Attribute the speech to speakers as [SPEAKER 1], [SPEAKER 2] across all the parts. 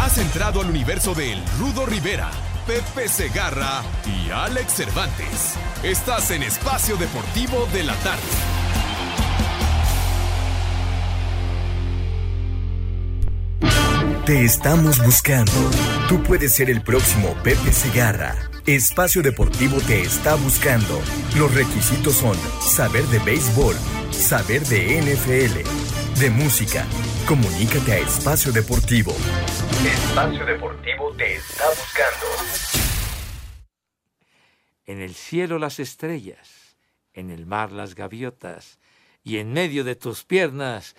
[SPEAKER 1] Has entrado al universo del Rudo Rivera, Pepe Segarra y Alex Cervantes. Estás en Espacio Deportivo de la Tarde.
[SPEAKER 2] Te estamos buscando. Tú puedes ser el próximo Pepe Segarra. Espacio Deportivo te está buscando. Los requisitos son saber de béisbol, saber de NFL, de música. Comunícate a Espacio Deportivo. Espacio Deportivo te está buscando.
[SPEAKER 3] En el cielo las estrellas, en el mar las gaviotas y en medio de tus piernas.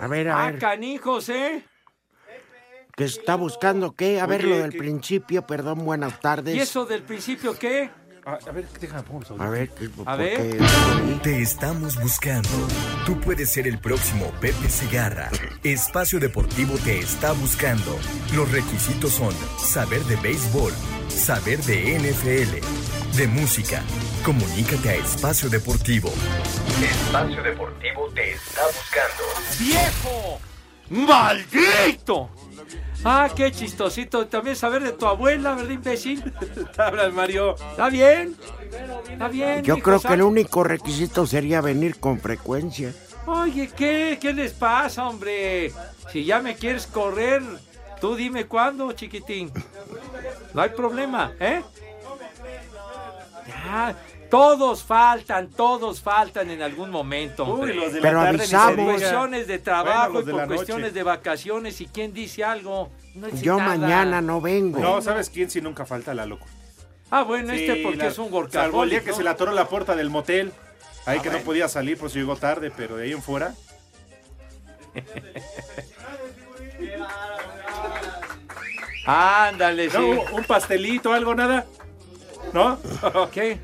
[SPEAKER 4] A ver,
[SPEAKER 3] Ah,
[SPEAKER 4] a ver.
[SPEAKER 3] canijos, ¿eh?
[SPEAKER 4] ¿Que está buscando qué? A ver,
[SPEAKER 3] Oye,
[SPEAKER 4] lo del
[SPEAKER 3] que-
[SPEAKER 4] principio, perdón, buenas tardes.
[SPEAKER 3] ¿Y eso del principio qué?
[SPEAKER 5] A, a ver, déjame pongo un
[SPEAKER 4] A ver,
[SPEAKER 3] A
[SPEAKER 4] a
[SPEAKER 3] ver.
[SPEAKER 4] ver.
[SPEAKER 2] Te estamos buscando. Tú puedes ser el próximo Pepe Segarra. Espacio Deportivo te está buscando. Los requisitos son saber de béisbol, saber de NFL, de música. Comunícate a Espacio Deportivo. Espacio Deportivo te está buscando.
[SPEAKER 3] ¡Viejo! ¡Maldito! Ah, qué chistosito. También saber de tu abuela, ¿verdad, imbécil? Te hablas, Mario. ¿Está bien? ¿Está bien?
[SPEAKER 4] Yo
[SPEAKER 3] hijo
[SPEAKER 4] creo que el
[SPEAKER 3] santo?
[SPEAKER 4] único requisito sería venir con frecuencia.
[SPEAKER 3] Oye, ¿qué? ¿Qué les pasa, hombre? Si ya me quieres correr, tú dime cuándo, chiquitín. No hay problema, ¿eh? Ya, todos faltan, todos faltan en algún momento, hombre.
[SPEAKER 5] de
[SPEAKER 4] Pero
[SPEAKER 5] tarde ni se
[SPEAKER 3] por
[SPEAKER 4] avisamos.
[SPEAKER 5] diga.
[SPEAKER 3] cuestiones de trabajo
[SPEAKER 5] Bueno, los
[SPEAKER 3] y
[SPEAKER 5] de
[SPEAKER 3] por
[SPEAKER 5] la
[SPEAKER 3] cuestiones
[SPEAKER 5] noche.
[SPEAKER 3] de vacaciones y quién dice algo. No dice
[SPEAKER 4] Yo
[SPEAKER 3] nada.
[SPEAKER 4] mañana no vengo.
[SPEAKER 5] No, ¿sabes quién? Si nunca falta la loco.
[SPEAKER 3] Ah, bueno, este
[SPEAKER 5] Sí,
[SPEAKER 3] porque
[SPEAKER 5] la-
[SPEAKER 3] es un
[SPEAKER 5] Salvo el día
[SPEAKER 3] workaholic.
[SPEAKER 5] que
[SPEAKER 3] ¿no? Ah,
[SPEAKER 5] se le atoró la puerta del motel. Ahí que no podía salir, por si llegó tarde, pero de ahí en fuera.
[SPEAKER 3] Ándale, sí.
[SPEAKER 5] No, un pastelito, algo, nada. ¿No?
[SPEAKER 3] ¿Qué?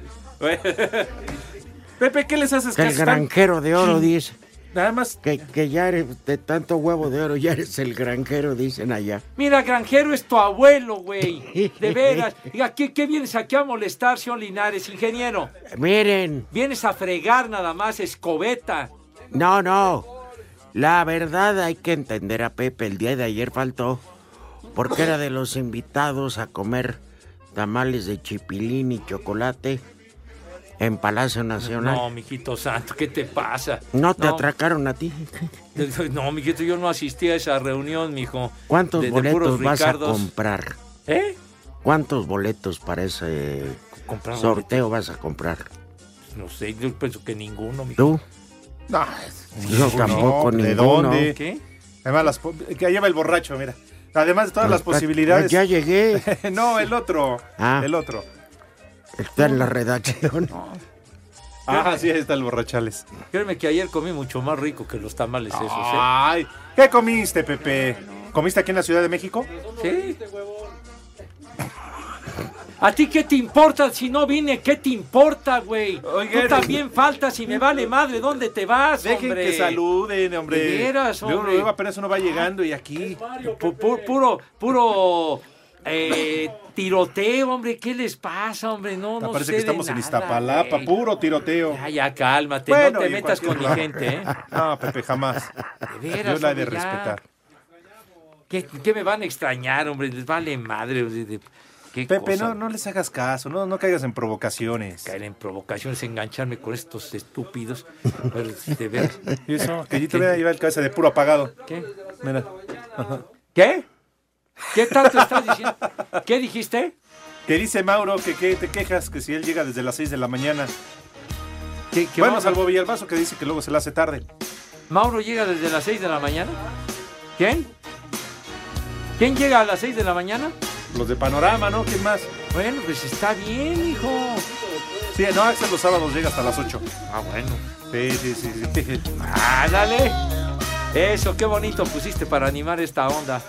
[SPEAKER 5] Pepe, ¿qué les haces
[SPEAKER 4] que el
[SPEAKER 5] caso? Están-
[SPEAKER 4] granjero de oro dice
[SPEAKER 5] Nada más.
[SPEAKER 4] que, que ya eres de tanto huevo de oro, ya eres el granjero, dicen allá.
[SPEAKER 3] Mira, granjero es tu abuelo, güey. De veras. Diga, ¿qué, qué vienes aquí a molestar, señor Linares, ingeniero?
[SPEAKER 4] Miren,
[SPEAKER 3] Vienes a fregar nada más, escobeta.
[SPEAKER 4] no, no. La verdad hay que entender a Pepe. El día de ayer faltó porque era de los invitados a comer tamales de chipilín y chocolate en Palacio
[SPEAKER 3] No,
[SPEAKER 4] Nacional.
[SPEAKER 3] mijito santo, ¿qué te pasa?
[SPEAKER 4] No, te atracaron a ti.
[SPEAKER 3] No, mijito, yo no asistí a esa reunión, mijo.
[SPEAKER 4] ¿Cuántos
[SPEAKER 3] De- de puros
[SPEAKER 4] boletos vas a
[SPEAKER 3] Ricardos.
[SPEAKER 4] comprar?
[SPEAKER 3] ¿Eh?
[SPEAKER 4] ¿Cuántos boletos para ese
[SPEAKER 3] Comprar
[SPEAKER 4] sorteo vas a comprar?
[SPEAKER 3] No sé, yo pienso que ninguno, mijo.
[SPEAKER 4] ¿Tú?
[SPEAKER 5] No,
[SPEAKER 4] Yo tampoco,
[SPEAKER 5] ¿De
[SPEAKER 4] ninguno.
[SPEAKER 5] dónde?
[SPEAKER 3] ¿Qué?
[SPEAKER 5] Además, las po- que lleva el borracho, mira. Además de todas las
[SPEAKER 4] Ah,
[SPEAKER 5] posibilidades.
[SPEAKER 4] Ya llegué.
[SPEAKER 5] no, el otro.
[SPEAKER 4] Ah.
[SPEAKER 5] El otro.
[SPEAKER 4] Está en la redacción.
[SPEAKER 5] Ah, sí, ahí está el borrachales.
[SPEAKER 3] Créeme que ayer comí mucho más rico que los tamales esos, ¿eh?
[SPEAKER 5] Ay, ¿qué comiste, Pepe? ¿Comiste aquí en la Ciudad de México?
[SPEAKER 3] ¿eh? ¿Sí? ¿A ti qué te importa si no vine? ¿Qué te importa, güey?
[SPEAKER 5] Oigan.
[SPEAKER 3] Tú también faltas y me vale madre. ¿Dónde te vas,
[SPEAKER 5] Dejen
[SPEAKER 3] hombre?
[SPEAKER 5] que saluden, hombre.
[SPEAKER 3] De veras,
[SPEAKER 5] Luego,
[SPEAKER 3] hombre. Ah.
[SPEAKER 5] luego apenas uno va llegando y aquí.
[SPEAKER 3] Pu- pu- puro, puro eh, tiroteo, hombre. ¿Qué les pasa, hombre? No, no
[SPEAKER 5] Ah, parece
[SPEAKER 3] sé
[SPEAKER 5] que
[SPEAKER 3] de
[SPEAKER 5] estamos en
[SPEAKER 3] nada,
[SPEAKER 5] Iztapalapa,
[SPEAKER 3] güey.
[SPEAKER 5] puro tiroteo.
[SPEAKER 3] Ya, ya, cálmate.
[SPEAKER 5] Bueno,
[SPEAKER 3] no te
[SPEAKER 5] y
[SPEAKER 3] metas con mi
[SPEAKER 5] cualquier-
[SPEAKER 3] gente, ¿eh?
[SPEAKER 5] No, Pepe, jamás.
[SPEAKER 3] De
[SPEAKER 5] Yo
[SPEAKER 3] veras,
[SPEAKER 5] la he de
[SPEAKER 3] hombre, ya.
[SPEAKER 5] respetar.
[SPEAKER 3] ¿Qué, qué me van a extrañar, hombre? Les vale madre. hombre, de- ¿Qué
[SPEAKER 5] Pepe,
[SPEAKER 3] cosa,
[SPEAKER 5] no, no les hagas caso, no, no caigas en provocaciones.
[SPEAKER 3] caer en provocaciones, engancharme con estos estúpidos. Pero, de veras.
[SPEAKER 5] Y eso, que allí te voy a llevar el cabeza de puro apagado.
[SPEAKER 3] ¿Qué?
[SPEAKER 5] Mira.
[SPEAKER 3] ¿Qué? ¿Qué tanto estás diciendo? ¿Qué dijiste?
[SPEAKER 5] Que dice Mauro que, que te quejas que si él llega desde las 6 de la mañana.
[SPEAKER 3] ¿Qué, qué
[SPEAKER 5] Bueno,
[SPEAKER 3] Mauro-
[SPEAKER 5] salvo Villalbazo que dice que luego se le hace tarde.
[SPEAKER 3] Mauro llega desde las 6 de la mañana. ¿Quién? ¿Quién llega a las 6 de la mañana?
[SPEAKER 5] Los de Panorama, ¿no? ¿Quién más?
[SPEAKER 3] Bueno, pues está bien, hijo.
[SPEAKER 5] Sí, no, Axel los sábados llega hasta las 8.
[SPEAKER 3] Ah, bueno.
[SPEAKER 5] Sí, sí, sí. sí.
[SPEAKER 3] Ándale. Eso, qué bonito pusiste para animar esta onda.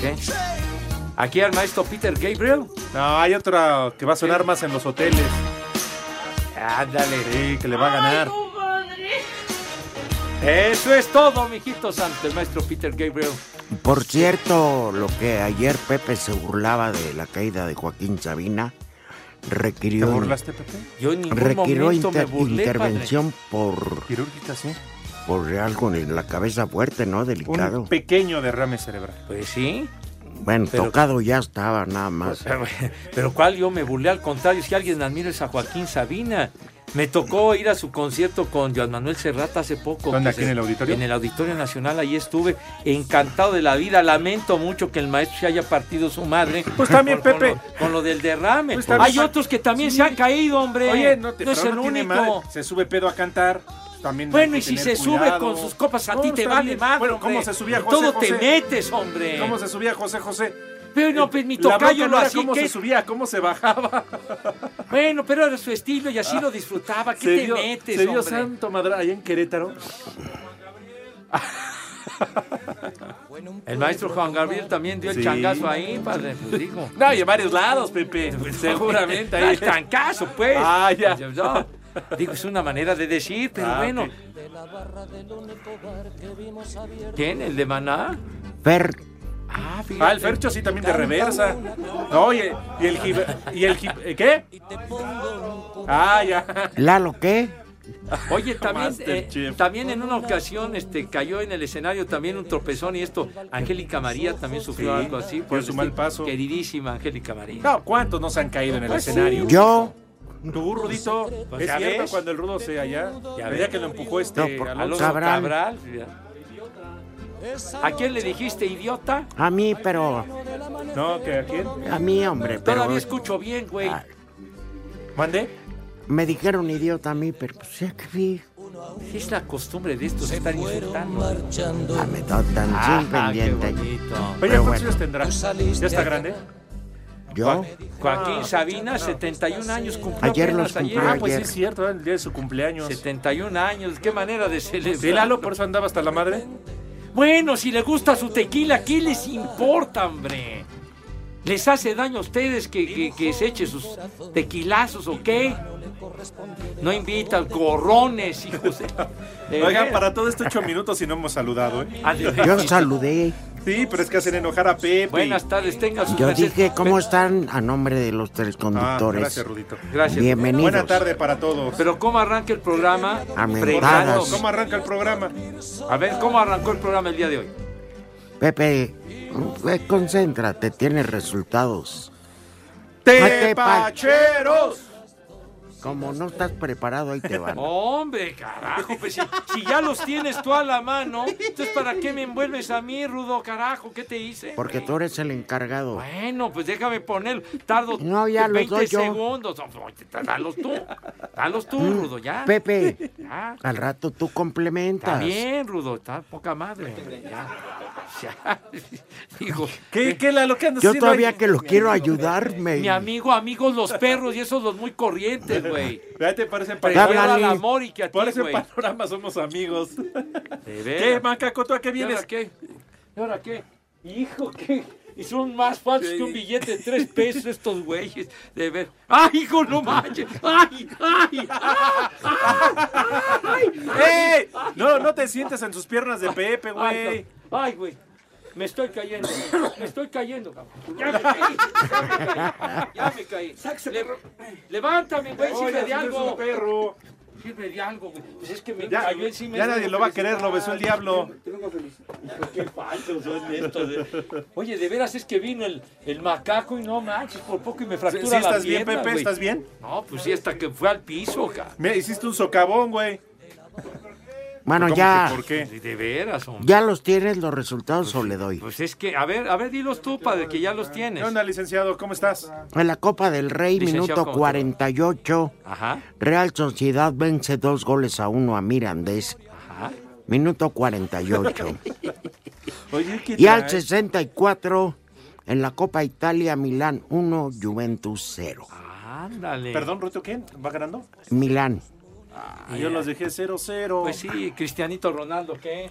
[SPEAKER 3] ¿Qué? Aquí al maestro Peter Gabriel.
[SPEAKER 6] No, hay otra que va a sonar más en los hoteles.
[SPEAKER 3] Ándale.
[SPEAKER 6] Sí, que le va a ganar.
[SPEAKER 3] Eso es todo, mijitos, ante el maestro Peter Gabriel.
[SPEAKER 4] Por cierto, lo que ayer Pepe se burlaba de la caída de Joaquín Sabina
[SPEAKER 6] ¿Te
[SPEAKER 4] requirió,
[SPEAKER 6] burlaste, Pepe?
[SPEAKER 3] Yo en ningún
[SPEAKER 4] requirió
[SPEAKER 3] momento me
[SPEAKER 4] inter-
[SPEAKER 3] burlé, padre.
[SPEAKER 4] intervención por,
[SPEAKER 6] Quirúrgica, sí.
[SPEAKER 4] por algo en la cabeza fuerte, ¿no?
[SPEAKER 6] Un
[SPEAKER 4] Delicado.
[SPEAKER 6] pequeño derrame cerebral.
[SPEAKER 3] Pues sí.
[SPEAKER 4] Bueno,
[SPEAKER 3] pero-
[SPEAKER 4] tocado ya estaba nada más.
[SPEAKER 3] Pero, pero cuál yo me burlé, al contrario, si alguien admiro es a Joaquín Sabina. Me tocó ir a su concierto con Joan Manuel Serrata hace poco.
[SPEAKER 6] ¿Dónde,
[SPEAKER 3] que
[SPEAKER 6] aquí en el auditorio?
[SPEAKER 3] En el Auditorio Nacional, ahí estuve, encantado de la vida. Lamento mucho que el maestro se haya partido su madre.
[SPEAKER 6] Pues también,
[SPEAKER 3] Con- con
[SPEAKER 6] Pepe.
[SPEAKER 3] lo- Con lo, del derrame.
[SPEAKER 6] Pues también-
[SPEAKER 3] Hay otros que también se han caído, hombre.
[SPEAKER 6] Oye, no, te,
[SPEAKER 3] es
[SPEAKER 6] pero
[SPEAKER 3] el
[SPEAKER 6] no tiene
[SPEAKER 3] único.
[SPEAKER 6] madre. Se sube pedo a cantar. pues También
[SPEAKER 3] Bueno,
[SPEAKER 6] hay
[SPEAKER 3] y
[SPEAKER 6] que
[SPEAKER 3] si
[SPEAKER 6] tener
[SPEAKER 3] se sube
[SPEAKER 6] cuidado.
[SPEAKER 3] con sus copas, a
[SPEAKER 6] No,
[SPEAKER 3] ti te
[SPEAKER 6] está
[SPEAKER 3] vale
[SPEAKER 6] bien.
[SPEAKER 3] madre.
[SPEAKER 6] Bueno, ¿cómo
[SPEAKER 3] hombre.
[SPEAKER 6] se subía
[SPEAKER 3] En
[SPEAKER 6] José
[SPEAKER 3] Todo te
[SPEAKER 6] José?
[SPEAKER 3] metes, hombre.
[SPEAKER 6] ¿Cómo se subía José José?
[SPEAKER 3] Bueno, pues mi
[SPEAKER 6] La bronca
[SPEAKER 3] tocayo
[SPEAKER 6] no
[SPEAKER 3] lo
[SPEAKER 6] era
[SPEAKER 3] hacía.
[SPEAKER 6] ¿Cómo
[SPEAKER 3] ¿qué?
[SPEAKER 6] se subía? ¿Cómo se bajaba?
[SPEAKER 3] Bueno, pero era su estilo y así lo disfrutaba. ¿Qué
[SPEAKER 6] se
[SPEAKER 3] te
[SPEAKER 6] dio,
[SPEAKER 3] metes,
[SPEAKER 6] se dio
[SPEAKER 3] hombre?
[SPEAKER 6] santo madra allá en Querétaro.
[SPEAKER 3] El maestro Juan Gabriel también dio
[SPEAKER 6] Sí.
[SPEAKER 3] el changazo ahí, padre. Pues digo.
[SPEAKER 6] No, y en varios lados, Pepe. Pues, Seguramente ahí.
[SPEAKER 3] El trancazo, pues.
[SPEAKER 6] Ah, ya.
[SPEAKER 3] No, Digo, es una manera de decir, pero
[SPEAKER 6] Ah,
[SPEAKER 3] bueno. ¿Quién? ¿El de Maná?
[SPEAKER 4] Fer,
[SPEAKER 3] Ah, fíjate.
[SPEAKER 6] Ah, el Fercho sí también de reversa. No, oye, y el jib- y el jib- eh, ¿qué? Ah, ya.
[SPEAKER 4] Lalo, ¿qué?
[SPEAKER 3] Oye, también, eh,
[SPEAKER 6] Masterchef.
[SPEAKER 3] también en una ocasión este, cayó en el escenario también un tropezón y esto. Angélica María también sufrió
[SPEAKER 6] Sí,
[SPEAKER 3] algo así.
[SPEAKER 6] dio
[SPEAKER 3] el
[SPEAKER 6] su mal
[SPEAKER 3] estilo.
[SPEAKER 6] paso.
[SPEAKER 3] Queridísima Angélica María.
[SPEAKER 6] No, ¿cuántos no se han caído en el escenario?
[SPEAKER 4] Yo,
[SPEAKER 6] Tú, Rudito,
[SPEAKER 3] Pues
[SPEAKER 6] es
[SPEAKER 3] ya
[SPEAKER 6] cierto
[SPEAKER 3] ves.
[SPEAKER 6] cuando el Rudo se allá,
[SPEAKER 3] Ya
[SPEAKER 6] veía
[SPEAKER 3] ves.
[SPEAKER 6] que lo empujó este
[SPEAKER 4] No, por-
[SPEAKER 6] Alonso.
[SPEAKER 4] Cabral.
[SPEAKER 3] ¿A quién le dijiste idiota?
[SPEAKER 4] a mí, pero.
[SPEAKER 6] No, que a quién?
[SPEAKER 4] A mí, hombre, pero.
[SPEAKER 3] Todavía escucho bien, güey.
[SPEAKER 4] Ah,
[SPEAKER 6] ¿Mandé?
[SPEAKER 4] me dijeron idiota a mí, pero pues ya que vi.
[SPEAKER 3] Es la costumbre de estos estar insultando.
[SPEAKER 4] Ah, me da tan sin
[SPEAKER 3] Ajá, ah, qué
[SPEAKER 4] pendiente.
[SPEAKER 3] bonito. pues,
[SPEAKER 6] Oye,
[SPEAKER 4] Pero
[SPEAKER 6] ¿cuántos
[SPEAKER 4] bueno.
[SPEAKER 6] años tendrá? ¿Ya está grande?
[SPEAKER 4] Yo,
[SPEAKER 3] Joaquín Sabina, 71 años cumplió.
[SPEAKER 4] Ayer
[SPEAKER 3] apenas
[SPEAKER 4] los cumplió
[SPEAKER 6] Ah,
[SPEAKER 3] ayer.
[SPEAKER 6] pues sí,
[SPEAKER 4] ayer.
[SPEAKER 6] es cierto, era el día de su cumpleaños.
[SPEAKER 3] 71 años, qué manera de
[SPEAKER 6] Sí,
[SPEAKER 3] celebrar.
[SPEAKER 6] Lalo, por eso andaba hasta la madre.
[SPEAKER 3] Bueno, si le gusta su tequila, ¿qué les importa, hombre? ¿Les hace daño a ustedes que, que- que se eche sus tequilazos o qué? No invitan, corrones, hijos. de- de
[SPEAKER 6] Oigan,
[SPEAKER 3] veras.
[SPEAKER 6] para todo esto ocho minutos y no hemos saludado, ¿eh?
[SPEAKER 3] Ah, de-
[SPEAKER 4] yo saludé.
[SPEAKER 6] Sí, pero es que hacen enojar a Pepe.
[SPEAKER 3] Buenas tardes, tengan sus
[SPEAKER 4] Yo
[SPEAKER 3] mercedes.
[SPEAKER 4] dije, ¿cómo están? A nombre de los tres
[SPEAKER 6] Ah,
[SPEAKER 4] conductores.
[SPEAKER 6] gracias, Rudito.
[SPEAKER 3] Gracias.
[SPEAKER 4] Bienvenidos.
[SPEAKER 6] Buena tarde para todos.
[SPEAKER 3] Pero ¿cómo arranca el programa?
[SPEAKER 4] A mentadas.
[SPEAKER 3] Fregado.
[SPEAKER 6] ¿Cómo arranca el programa?
[SPEAKER 3] A ver, ¿cómo arrancó el programa el día de hoy?
[SPEAKER 4] Pepe, eh, concéntrate, tienes resultados.
[SPEAKER 6] ¡Tepacheros!
[SPEAKER 4] Como no estás preparado, ahí te van.
[SPEAKER 3] Hombre, carajo, pues si, si ya los tienes tú a la mano, entonces ¿para qué me envuelves a mí, rudo carajo? ¿Qué te hice?
[SPEAKER 4] Porque tú eres el encargado.
[SPEAKER 3] Bueno, pues déjame poner, tardo
[SPEAKER 4] No, ya los
[SPEAKER 3] 20
[SPEAKER 4] doy yo.
[SPEAKER 3] segundos. Oye, Dalos tú, dalos tú, rudo, ya.
[SPEAKER 4] Pepe,
[SPEAKER 3] Ya.
[SPEAKER 4] al rato tú
[SPEAKER 3] Está
[SPEAKER 4] complementas.
[SPEAKER 3] bien, rudo, está poca madre. hombre, Ya. Ya. Digo,
[SPEAKER 6] ¿Qué, qué, Lalo? ¿Qué andas
[SPEAKER 4] Yo
[SPEAKER 6] haciendo
[SPEAKER 4] todavía
[SPEAKER 6] ahí?
[SPEAKER 4] que lo quiero ayudar, me...
[SPEAKER 3] eh, mi amigo, amigos los perros y esos los muy corrientes, güey.
[SPEAKER 6] Ya te parece
[SPEAKER 4] Habla-
[SPEAKER 6] panorama.
[SPEAKER 3] Prefiero al
[SPEAKER 4] háblale.
[SPEAKER 3] amor y que a ti,
[SPEAKER 6] Por ese
[SPEAKER 3] güey.
[SPEAKER 6] panorama somos amigos.
[SPEAKER 3] De
[SPEAKER 6] ¿Qué,
[SPEAKER 3] veras.
[SPEAKER 6] Macaco? ¿Tú a qué
[SPEAKER 3] ¿Y ahora
[SPEAKER 6] vienes?
[SPEAKER 3] qué? ¿Y ahora qué? Hijo, ¿qué? Y son más falsos que un billete de tres pesos estos güeyes. De ver. ¡Ay, hijo, no manches! ¡Ay, ay!
[SPEAKER 6] ¡Ey! No, no te sientes en sus piernas de Pepe,
[SPEAKER 3] ¡Ay,
[SPEAKER 6] güey.
[SPEAKER 3] no. Ay, güey! Me estoy cayendo, me estoy cayendo. cabrón. Ya me caí, ya me caí, ya me caí. Le- levántame, güey, sirve
[SPEAKER 6] Oye,
[SPEAKER 3] de
[SPEAKER 6] si eres
[SPEAKER 3] algo.
[SPEAKER 6] un perro.
[SPEAKER 3] Sirve de algo, güey. Pues es que me
[SPEAKER 6] Ya,
[SPEAKER 3] cayó encima.
[SPEAKER 6] ya
[SPEAKER 3] de
[SPEAKER 6] nadie
[SPEAKER 3] una
[SPEAKER 6] lo va a querer, lo besó el
[SPEAKER 3] felicidad.
[SPEAKER 6] diablo.
[SPEAKER 3] Te vengo a felicitar. Hijo, Qué falsos son estos. de- Oye, de veras es que vino el, el macaco y no manches, por poco y me
[SPEAKER 6] ¿Sí,
[SPEAKER 3] fractura
[SPEAKER 6] sí
[SPEAKER 3] la
[SPEAKER 6] estás bien,
[SPEAKER 3] pierna,
[SPEAKER 6] Pepe?
[SPEAKER 3] güey.
[SPEAKER 6] ¿Estás bien?
[SPEAKER 3] No, pues sí, hasta que fue al piso, ca.
[SPEAKER 6] Me hiciste un socavón, güey.
[SPEAKER 4] Bueno,
[SPEAKER 6] ¿Cómo
[SPEAKER 4] ya,
[SPEAKER 6] que ¿Por qué?
[SPEAKER 3] De veras, hombre.
[SPEAKER 4] ya los tienes, los resultados o le doy.
[SPEAKER 3] Pues es que, a ver, a ver, dilos tú, padre, que ya los
[SPEAKER 6] ¿Qué
[SPEAKER 3] tienes.
[SPEAKER 6] onda, licenciado? ¿Cómo estás?
[SPEAKER 4] En la Copa del Rey,
[SPEAKER 3] Licenciado,
[SPEAKER 4] minuto
[SPEAKER 3] ¿cómo te va?
[SPEAKER 4] 48,
[SPEAKER 3] Ajá,
[SPEAKER 4] Real Sociedad vence dos goles a uno a Mirandés.
[SPEAKER 3] ajá.
[SPEAKER 4] Minuto 48.
[SPEAKER 6] Oye, ¿qué
[SPEAKER 4] Y al
[SPEAKER 6] traes?
[SPEAKER 4] 64, en la Copa Italia, Milán 1, Juventus 0.
[SPEAKER 3] Ándale.
[SPEAKER 6] Perdón, Ruto, ¿quién? ¿Va ganando?
[SPEAKER 4] Milán.
[SPEAKER 5] Y yo los dejé 0-0.
[SPEAKER 3] Pues sí, Cristianito Ronaldo, ¿qué?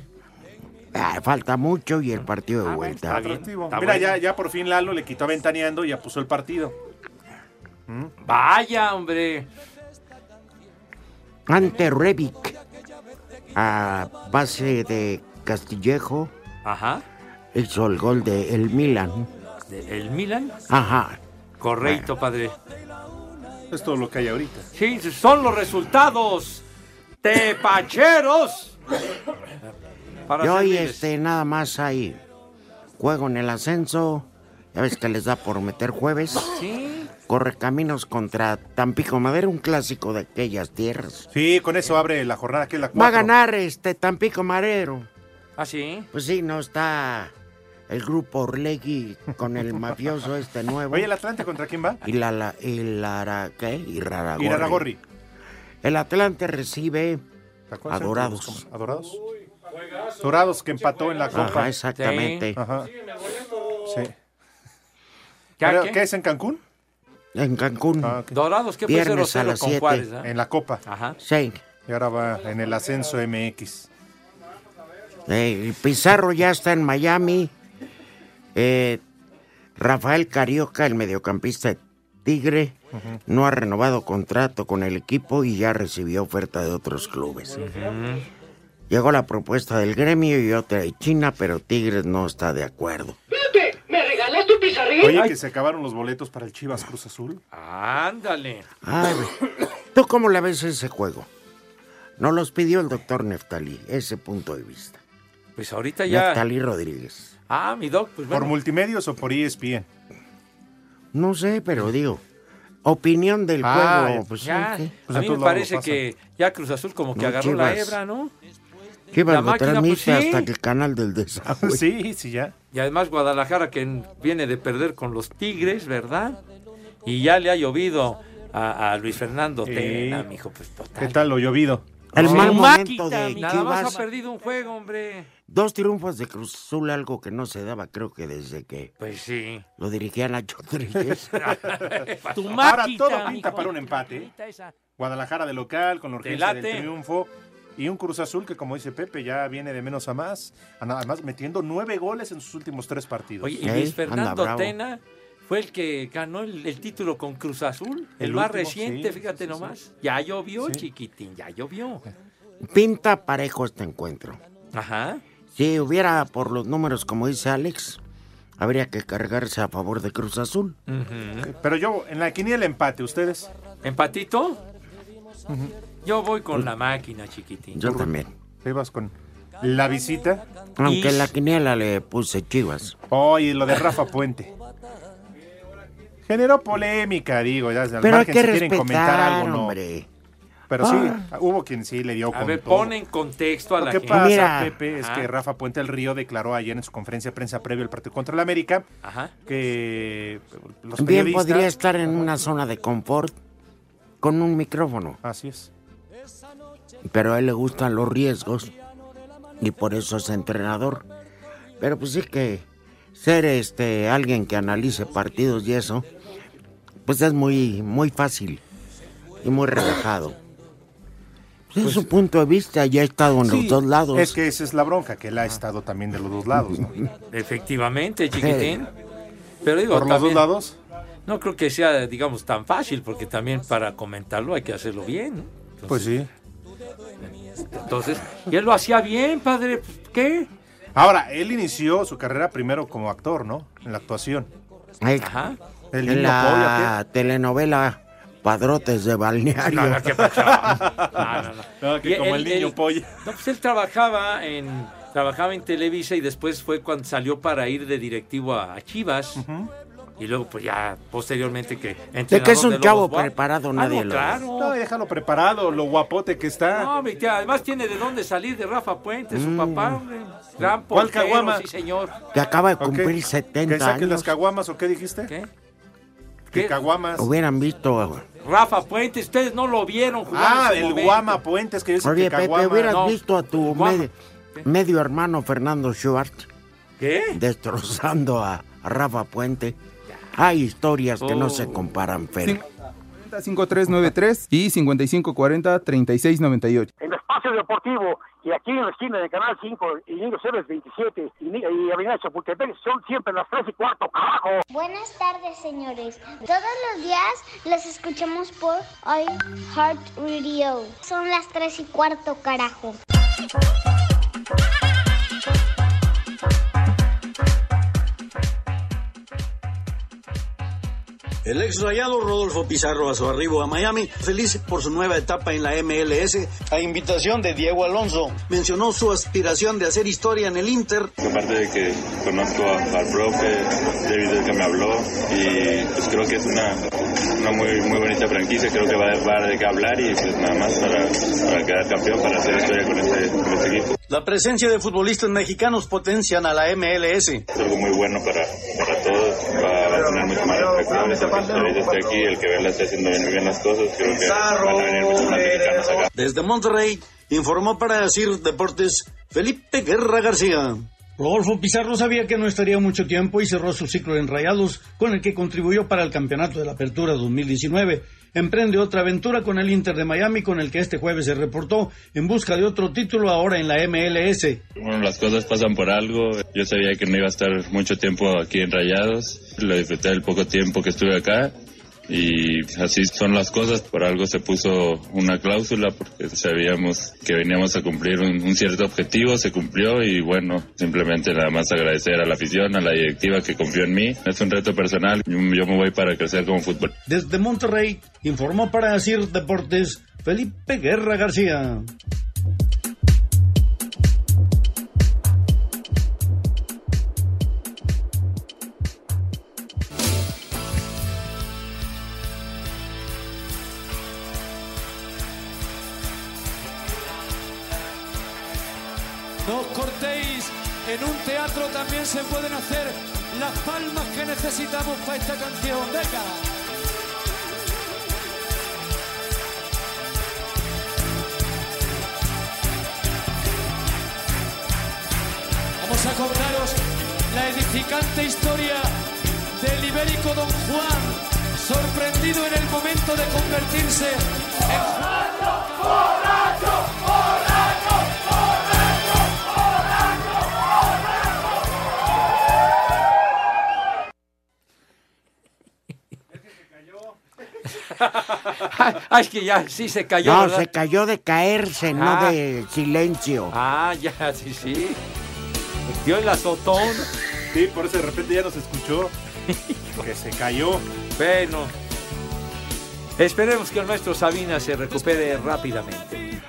[SPEAKER 4] Ah, falta mucho y el partido de vuelta.
[SPEAKER 5] Atractivo.
[SPEAKER 3] Ah, está
[SPEAKER 5] Mira,
[SPEAKER 3] bueno.
[SPEAKER 5] ya, ya por fin Lalo le quitó aventaneando y ya puso el partido.
[SPEAKER 3] Mm. Vaya, hombre.
[SPEAKER 4] Ante Rebic, a base de Castillejo,
[SPEAKER 3] Ajá.
[SPEAKER 4] hizo el gol de el Milan.
[SPEAKER 3] De- El Milan.
[SPEAKER 4] Ajá.
[SPEAKER 3] Correcto, padre.
[SPEAKER 5] Es todo lo que hay ahorita.
[SPEAKER 3] Sí, son los resultados. Tepacheros. Para
[SPEAKER 4] Yo hoy
[SPEAKER 3] servirles.
[SPEAKER 4] este, nada más ahí juego en el ascenso. Ya ves que les da por meter jueves.
[SPEAKER 3] Sí.
[SPEAKER 4] Corre caminos contra Tampico Madero, un clásico de aquellas tierras.
[SPEAKER 5] Sí, con eso abre la jornada que es la
[SPEAKER 4] Va a
[SPEAKER 5] cuatro.
[SPEAKER 4] ganar este Tampico Madero.
[SPEAKER 3] Ah, sí.
[SPEAKER 4] Pues sí, no está el grupo Orlegui con el mafioso este nuevo.
[SPEAKER 5] Oye, ¿el Atlante contra quién va?
[SPEAKER 4] Y la, la- y la, la- ¿qué? Y Raragorri.
[SPEAKER 5] Iraragorri.
[SPEAKER 4] El Atlante recibe.
[SPEAKER 5] ¿Te acuerdas?
[SPEAKER 4] Adorados.
[SPEAKER 5] Adorados. Dorados que empató en la
[SPEAKER 4] Ajá,
[SPEAKER 5] Copa.
[SPEAKER 4] exactamente.
[SPEAKER 5] Ajá. Sí.
[SPEAKER 3] ¿Ya
[SPEAKER 5] Pero,
[SPEAKER 3] qué?
[SPEAKER 5] ¿Qué es en Cancún?
[SPEAKER 4] En Cancún.
[SPEAKER 5] Ah, ok.
[SPEAKER 3] Dorados, ¿qué fue
[SPEAKER 4] Viernes a
[SPEAKER 3] 0-0
[SPEAKER 4] las
[SPEAKER 3] con
[SPEAKER 4] siete.
[SPEAKER 3] Juárez? ah?
[SPEAKER 5] En la Copa.
[SPEAKER 3] Ajá.
[SPEAKER 4] Sí.
[SPEAKER 5] Y ahora va en el ascenso MX.
[SPEAKER 4] Eh, el Pizarro ya está en Miami. Eh, Rafael Carioca, el mediocampista de Tigre, no ha renovado contrato con el equipo y ya recibió oferta de otros clubes. Llegó la propuesta del gremio y otra de China, pero Tigres no está de acuerdo.
[SPEAKER 6] Pepe, ¿me regalas tu pizarrín?
[SPEAKER 5] Oye, que se acabaron los boletos para el Chivas Cruz Azul.
[SPEAKER 3] Ah, Ándale.
[SPEAKER 4] Ay, güey. ¿Tú cómo la ves ese juego? No los pidió el doctor Neftalí, ese punto de vista.
[SPEAKER 3] Pues ahorita ya.
[SPEAKER 4] Neftalí Rodríguez.
[SPEAKER 3] Ah, mi doc, pues
[SPEAKER 5] ¿Por
[SPEAKER 3] bueno.
[SPEAKER 5] multimedios o por E ESPN?
[SPEAKER 4] No sé, pero digo, opinión del
[SPEAKER 5] Ah,
[SPEAKER 4] juego.
[SPEAKER 5] ya.
[SPEAKER 4] Pues,
[SPEAKER 3] Ya,
[SPEAKER 4] sí,
[SPEAKER 5] Pues
[SPEAKER 3] a
[SPEAKER 5] en
[SPEAKER 3] mí
[SPEAKER 5] todos
[SPEAKER 3] me
[SPEAKER 5] lados
[SPEAKER 3] parece
[SPEAKER 5] lo pasan.
[SPEAKER 3] que ya Cruz Azul como que
[SPEAKER 4] No,
[SPEAKER 3] agarró la
[SPEAKER 4] Chivas.
[SPEAKER 3] hebra, ¿no?
[SPEAKER 4] ¿qué? Chivas
[SPEAKER 3] La
[SPEAKER 4] lo
[SPEAKER 3] máquina,
[SPEAKER 4] transmite
[SPEAKER 3] pues, sí.
[SPEAKER 4] hasta que el canal del desagüe.
[SPEAKER 5] Sí, sí, ya.
[SPEAKER 3] Y además Guadalajara que n- viene de perder con los Tigres, ¿verdad? Y ya le ha llovido a, a Luis Fernando
[SPEAKER 5] Sí.
[SPEAKER 3] Tena, mijo, pues total.
[SPEAKER 5] ¿Qué tal lo llovido?
[SPEAKER 4] El
[SPEAKER 3] Sí.
[SPEAKER 4] mal
[SPEAKER 3] Su
[SPEAKER 4] momento de
[SPEAKER 3] Nada más ha
[SPEAKER 4] Chivas.
[SPEAKER 3] perdido un juego, hombre.
[SPEAKER 4] Dos triunfos de Cruz Azul, algo que no se daba, creo que desde que
[SPEAKER 3] Pues sí.
[SPEAKER 4] lo dirigía Nacho Tríguez.
[SPEAKER 3] Tu
[SPEAKER 5] Ahora
[SPEAKER 3] máquina,
[SPEAKER 5] todo pinta
[SPEAKER 3] mijo.
[SPEAKER 5] para un empate. ¿eh? Guadalajara de local, con la urgencia
[SPEAKER 3] Delate.
[SPEAKER 5] del triunfo. Y un Cruz Azul que, como dice Pepe, ya viene de menos a más. Además, metiendo nueve goles en sus últimos tres partidos.
[SPEAKER 3] Oye, y
[SPEAKER 4] Ey,
[SPEAKER 3] Luis
[SPEAKER 4] anda
[SPEAKER 3] Fernando
[SPEAKER 4] bravo.
[SPEAKER 3] Tena fue el que ganó el, el título con Cruz Azul, el,
[SPEAKER 5] El
[SPEAKER 3] más
[SPEAKER 5] último,
[SPEAKER 3] reciente,
[SPEAKER 5] sí,
[SPEAKER 3] fíjate
[SPEAKER 5] sí, sí.
[SPEAKER 3] nomás. Ya llovió,
[SPEAKER 5] Sí.
[SPEAKER 3] chiquitín, ya llovió.
[SPEAKER 4] Pinta parejo este encuentro.
[SPEAKER 3] Ajá.
[SPEAKER 4] Si hubiera por los números, como dice Alex, habría que cargarse a favor de Cruz Azul.
[SPEAKER 5] Eh, Pero yo, en la quiniela empate, ¿ustedes?
[SPEAKER 3] ¿Empatito? Yo voy con la máquina, chiquitín.
[SPEAKER 4] Pues Yo también.
[SPEAKER 5] ¿Te vas con la visita?
[SPEAKER 4] Aunque
[SPEAKER 3] Y-
[SPEAKER 4] en la quiniela le puse Chivas.
[SPEAKER 5] Oye, lo de Rafa Puente. Generó polémica, digo. Ya, al
[SPEAKER 4] Pero hay
[SPEAKER 5] margen,
[SPEAKER 4] que
[SPEAKER 5] si quieren comentar
[SPEAKER 4] respetar,
[SPEAKER 5] algo, no.
[SPEAKER 4] hombre.
[SPEAKER 5] Pero sí,
[SPEAKER 4] Ah.
[SPEAKER 5] hubo quien sí le dio
[SPEAKER 3] A
[SPEAKER 5] con
[SPEAKER 3] ver,
[SPEAKER 5] todo.
[SPEAKER 3] pon en contexto a
[SPEAKER 5] Lo
[SPEAKER 3] la
[SPEAKER 5] que
[SPEAKER 3] gente.
[SPEAKER 5] pasa,
[SPEAKER 4] Mira.
[SPEAKER 5] Pepe, es
[SPEAKER 3] Ajá.
[SPEAKER 5] que Rafa Puente del Río declaró ayer en su conferencia de prensa previo al partido contra el América
[SPEAKER 3] Ajá.
[SPEAKER 5] que los
[SPEAKER 4] Bien
[SPEAKER 5] periodistas-
[SPEAKER 4] podría estar en una zona de confort con un micrófono,
[SPEAKER 5] Así es.
[SPEAKER 4] pero a él le gustan los riesgos y por eso es entrenador. Pero pues sí que ser este alguien que analice partidos y eso, pues es muy muy fácil y muy relajado. Pues es su punto de vista, ya ha estado en
[SPEAKER 5] Sí,
[SPEAKER 4] los dos lados.
[SPEAKER 5] Es que esa es la bronca, que él ha estado también de los dos lados, ¿no?
[SPEAKER 3] Efectivamente, chiquitín. Pero digo,
[SPEAKER 5] Por los dos
[SPEAKER 3] también,
[SPEAKER 5] lados.
[SPEAKER 3] no creo que sea, digamos, tan fácil, porque también para comentarlo hay que hacerlo bien. ¿no? Entonces,
[SPEAKER 5] Pues sí.
[SPEAKER 3] Entonces, y él lo hacía bien, padre. pues, ¿Qué?
[SPEAKER 5] Ahora, él inició su carrera primero como actor, ¿no? En la actuación.
[SPEAKER 4] Ay,
[SPEAKER 3] Ajá.
[SPEAKER 5] El
[SPEAKER 4] en
[SPEAKER 5] niño
[SPEAKER 4] la telenovela Padrotes de Balneario.
[SPEAKER 3] No, no, ¿qué pasó? No, no, no.
[SPEAKER 5] No, que
[SPEAKER 3] Y
[SPEAKER 5] como
[SPEAKER 3] él-
[SPEAKER 5] el niño
[SPEAKER 3] él-
[SPEAKER 5] polla.
[SPEAKER 3] No, pues él trabajaba en, trabajaba en Televisa y después fue cuando salió para ir de directivo a, a Chivas. Y luego, pues ya, posteriormente que... entrenador
[SPEAKER 4] que es un
[SPEAKER 3] Lobos
[SPEAKER 4] chavo
[SPEAKER 3] Buap.
[SPEAKER 4] preparado,
[SPEAKER 3] Ah,
[SPEAKER 4] nadie
[SPEAKER 3] no,
[SPEAKER 4] lo-
[SPEAKER 3] claro.
[SPEAKER 5] No, déjalo preparado, lo guapote que está.
[SPEAKER 3] No, mi tía, además tiene de dónde salir de Rafa Puente, su papá, hombre. Gran
[SPEAKER 5] ¿Cuál
[SPEAKER 3] portero,
[SPEAKER 5] caguama?
[SPEAKER 3] sí, señor.
[SPEAKER 4] Mm. que acaba de
[SPEAKER 5] Ok.
[SPEAKER 4] cumplir
[SPEAKER 5] ¿Que
[SPEAKER 4] 70
[SPEAKER 5] saque
[SPEAKER 4] años.
[SPEAKER 5] las caguamas o qué dijiste?
[SPEAKER 3] ¿Qué?
[SPEAKER 5] Que
[SPEAKER 3] ¿Qué?
[SPEAKER 5] caguamas.
[SPEAKER 4] Hubieran visto.
[SPEAKER 3] Rafa Puente, ustedes no lo vieron jugar.
[SPEAKER 5] Ah,
[SPEAKER 3] en su
[SPEAKER 5] el
[SPEAKER 3] momento.
[SPEAKER 5] guama puentes que dice
[SPEAKER 4] Oye,
[SPEAKER 5] que
[SPEAKER 4] Pepe,
[SPEAKER 5] caguama.
[SPEAKER 4] hubieras
[SPEAKER 3] no.
[SPEAKER 4] visto a tu
[SPEAKER 3] Guama.
[SPEAKER 4] med- medio hermano Fernando Schwartz
[SPEAKER 3] ¿Qué?
[SPEAKER 4] destrozando a, a Rafa Puente. Hay historias que no se
[SPEAKER 3] Oh.
[SPEAKER 4] comparan, pero
[SPEAKER 7] 5393 y 5540-3698.
[SPEAKER 8] En Espacio Deportivo y aquí en la esquina de Canal 5 y Niños Héroes 27 y, Ni- y Avenida Chapultepec son siempre las 3 y cuarto, carajo.
[SPEAKER 9] Buenas tardes, señores. Todos los días los escuchamos por Heart Radio. Son las 3 y cuarto, carajo.
[SPEAKER 10] El ex rayado Rodolfo Pizarro a su arribo a Miami, feliz por su nueva etapa en la MLS, a invitación de Diego Alonso, mencionó su aspiración de hacer historia en el Inter.
[SPEAKER 11] Aparte de que conozco a- al profe, David es el que me habló, y pues creo que es una, una muy, muy bonita franquicia, creo que va, va a dar de qué hablar y pues nada más para, para quedar campeón, para hacer historia con este, con este equipo.
[SPEAKER 10] La presencia de futbolistas mexicanos potencian a la MLS.
[SPEAKER 11] Es algo muy bueno para, para todos, va, va a tener mucho más reflectores, porque ahorita estoy aquí, este el que ve está haciendo bien, muy bien las cosas, creo que van a venir muchos más mexicanos acá.
[SPEAKER 10] Desde Monterrey, informó para decir Deportes Felipe Guerra García. Rodolfo Pizarro sabía que no estaría mucho tiempo y cerró su ciclo en Rayados, con el que contribuyó para el campeonato de la Apertura 2019. Emprende otra aventura con el Inter de Miami, con el que este jueves se reportó en busca de otro título ahora en la MLS.
[SPEAKER 11] Bueno, las cosas pasan por algo. Yo sabía que no iba a estar mucho tiempo aquí en Rayados. Lo disfruté el poco tiempo que estuve acá. Y así son las cosas. Por algo se puso una cláusula porque sabíamos que veníamos a cumplir un, un cierto objetivo. Se cumplió y bueno, simplemente nada más agradecer a la afición, a la directiva que confió en mí. Es un reto personal. Yo, yo me voy para crecer como fútbol.
[SPEAKER 10] Desde Monterrey, informó para decir Deportes Felipe Guerra García.
[SPEAKER 12] No os cortéis, en un teatro también se pueden hacer las palmas que necesitamos para esta canción. Venga. Vamos a contaros la edificante historia del ibérico Don Juan, sorprendido en el momento de convertirse en
[SPEAKER 3] Ay, ay, es que ya sí se cayó.
[SPEAKER 4] No,
[SPEAKER 3] ¿verdad?
[SPEAKER 4] se cayó de caerse, no
[SPEAKER 3] Ah.
[SPEAKER 4] de silencio.
[SPEAKER 3] Ah, ya, sí, sí. Dio el azotón.
[SPEAKER 6] Sí, por eso de repente ya nos escuchó. que se cayó.
[SPEAKER 3] Bueno. Esperemos que el nuestro Sabina se recupere rápidamente.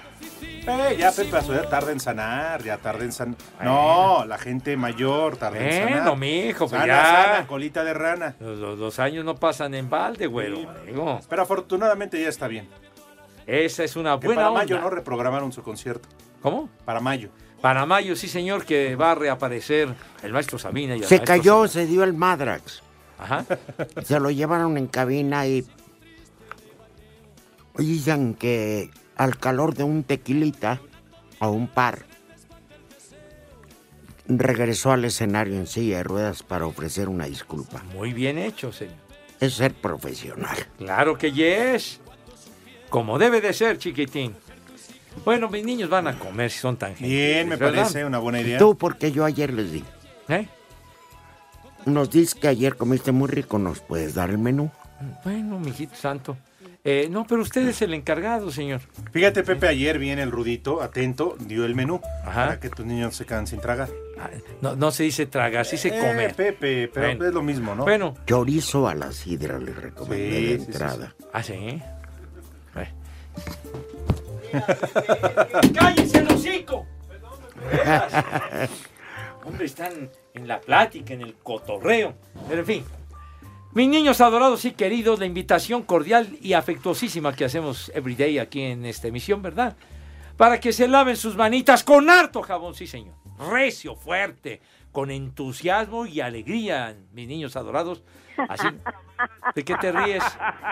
[SPEAKER 5] Eh, ya Pepe a su edad tarda en sanar, ya tarda en sanar. No, la gente mayor tarda en sanar.
[SPEAKER 3] Bueno, mijo, pues
[SPEAKER 5] Sana,
[SPEAKER 3] ya.
[SPEAKER 5] sana, colita de rana.
[SPEAKER 3] Los, los- los años no pasan en balde, güero. amigo.
[SPEAKER 5] Pero afortunadamente ya está bien.
[SPEAKER 3] Esa es una
[SPEAKER 5] Que
[SPEAKER 3] buena
[SPEAKER 5] para
[SPEAKER 3] onda.
[SPEAKER 5] mayo no reprogramaron su concierto.
[SPEAKER 3] ¿Cómo?
[SPEAKER 5] Para mayo.
[SPEAKER 3] Para mayo, sí, señor, que va a reaparecer el maestro Sabina. Y el
[SPEAKER 4] Se
[SPEAKER 3] maestro
[SPEAKER 4] cayó, se dio el Madrax.
[SPEAKER 3] Ajá.
[SPEAKER 4] Se lo llevaron en cabina y dicen que al calor de un tequilita o un par regresó al escenario en silla de ruedas para ofrecer una disculpa.
[SPEAKER 3] Sa- Muy bien hecho, señor.
[SPEAKER 4] Es ser profesional.
[SPEAKER 3] Claro que yes. Como debe de ser, chiquitín. Bueno, mis niños van a comer si son tan
[SPEAKER 5] Bien, me
[SPEAKER 3] ¿verdad?
[SPEAKER 5] parece una buena idea.
[SPEAKER 4] Tú, porque yo ayer les di.
[SPEAKER 3] ¿Eh?
[SPEAKER 4] Nos dices que ayer comiste muy rico, ¿nos puedes dar el menú?
[SPEAKER 3] Bueno, mijito santo. Eh, no, pero usted es el encargado, señor.
[SPEAKER 5] Fíjate, Pepe, ayer viene el rudito, atento, dio el menú para que tus niños se quedan sin tragar.
[SPEAKER 3] No, no se dice tragar, sí se
[SPEAKER 5] Eh,
[SPEAKER 3] come.
[SPEAKER 5] Pepe, pero
[SPEAKER 3] Bueno.
[SPEAKER 5] es lo mismo, ¿no?
[SPEAKER 3] Bueno.
[SPEAKER 4] Chorizo a la sidra le recomendé
[SPEAKER 5] Sí,
[SPEAKER 4] de
[SPEAKER 5] sí, sí, sí.
[SPEAKER 4] entrada.
[SPEAKER 3] Ah, sí. ¡Cállense el hocico! Hombre, están en la plática, en el cotorreo. Pero en fin. Mis niños adorados y queridos, la invitación cordial y afectuosísima que hacemos everyday aquí en esta emisión, ¿verdad? Para que se laven sus manitas con harto jabón, sí señor. Recio, fuerte, con entusiasmo y alegría, mis niños adorados. Así, ¿Ah, ¿de qué te ríes?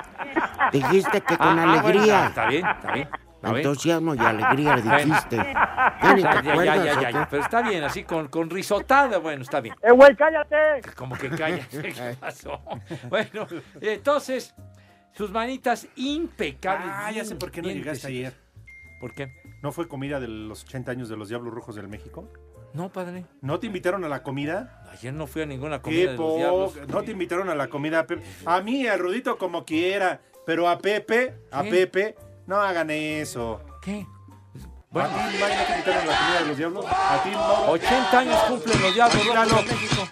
[SPEAKER 4] Dijiste que con
[SPEAKER 3] Ah, ah, bueno,
[SPEAKER 4] alegría.
[SPEAKER 3] está bien, está bien. está bien.
[SPEAKER 4] Entusiasmo y alegría le
[SPEAKER 3] Está bien.
[SPEAKER 4] dijiste. Ya
[SPEAKER 3] Ya,
[SPEAKER 4] ni te
[SPEAKER 3] ya, ya,
[SPEAKER 4] acuerdas,
[SPEAKER 3] ya,
[SPEAKER 4] ¿o
[SPEAKER 3] ya,
[SPEAKER 4] qué?
[SPEAKER 3] ya, pero está bien, así con, con risotada, bueno, está bien.
[SPEAKER 8] ¡Eh, güey, cállate!
[SPEAKER 3] Como que calla, ¿qué pasó? Bueno, entonces, Sus manitas impecables.
[SPEAKER 5] Ah, ya sé por qué no
[SPEAKER 3] bien
[SPEAKER 5] llegaste ayer.
[SPEAKER 3] limpiecitas. ¿Por qué?
[SPEAKER 5] ¿No fue comida de los 80 años de los Diablos Rojos del México?
[SPEAKER 3] No, padre.
[SPEAKER 5] ¿No te invitaron a la comida?
[SPEAKER 3] Ayer no fui a ninguna
[SPEAKER 5] Qué
[SPEAKER 3] Ah. comida de los
[SPEAKER 5] po-
[SPEAKER 3] diablos.
[SPEAKER 5] No te invitaron a la comida, Pepe. A mí, a Rudito, como quiera. Pero a Pepe, a
[SPEAKER 3] ¿Qué?
[SPEAKER 5] Pepe, no hagan eso.
[SPEAKER 3] ¿Qué?
[SPEAKER 5] ¿A ti, Mike, no te invitaron a la comida de los Diablos? ¿A ti, Mauro?
[SPEAKER 3] 80 años cumplen los diablos
[SPEAKER 5] Míralo.
[SPEAKER 3] Rojos de México.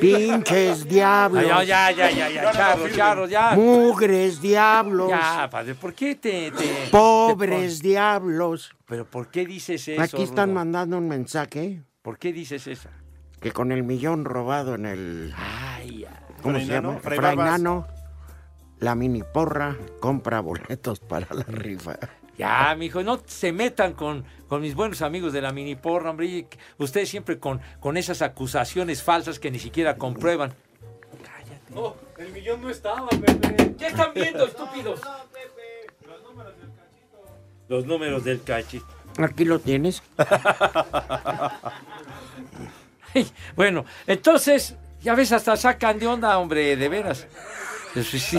[SPEAKER 4] Pinches diablos.
[SPEAKER 3] Ay, ay, ya, ya, ya, ya, Charro, Charro, ya.
[SPEAKER 4] Mugres diablos.
[SPEAKER 3] Ya, padre, ¿por qué te, te-
[SPEAKER 4] Pobres
[SPEAKER 3] te
[SPEAKER 4] diablos.
[SPEAKER 3] pon- ¿Pero por qué dices eso?
[SPEAKER 4] Aquí están
[SPEAKER 3] Rudo?
[SPEAKER 4] mandando un mensaje
[SPEAKER 3] ¿Por qué dices eso?
[SPEAKER 4] que con el millón robado en el.
[SPEAKER 3] Ay, ya.
[SPEAKER 4] ¿Cómo
[SPEAKER 5] Fray
[SPEAKER 4] se
[SPEAKER 5] Nano,
[SPEAKER 4] llama?
[SPEAKER 5] Fray
[SPEAKER 4] Fray
[SPEAKER 5] Barbas.
[SPEAKER 4] Nano, La mini porra compra boletos para la rifa.
[SPEAKER 3] Ya, mijo, no se metan con, con mis buenos amigos de la mini porra, hombre. y que- Ustedes siempre con, con esas acusaciones falsas que ni siquiera comprueban.
[SPEAKER 6] Oh,
[SPEAKER 12] No, el millón no estaba, Pepe.
[SPEAKER 3] ¿Qué están viendo, estúpidos? Los números del cachi.
[SPEAKER 4] Aquí lo tienes.
[SPEAKER 3] Bueno, entonces, ya ves, hasta sacan de onda, hombre, de veras. Sí, sí, sí.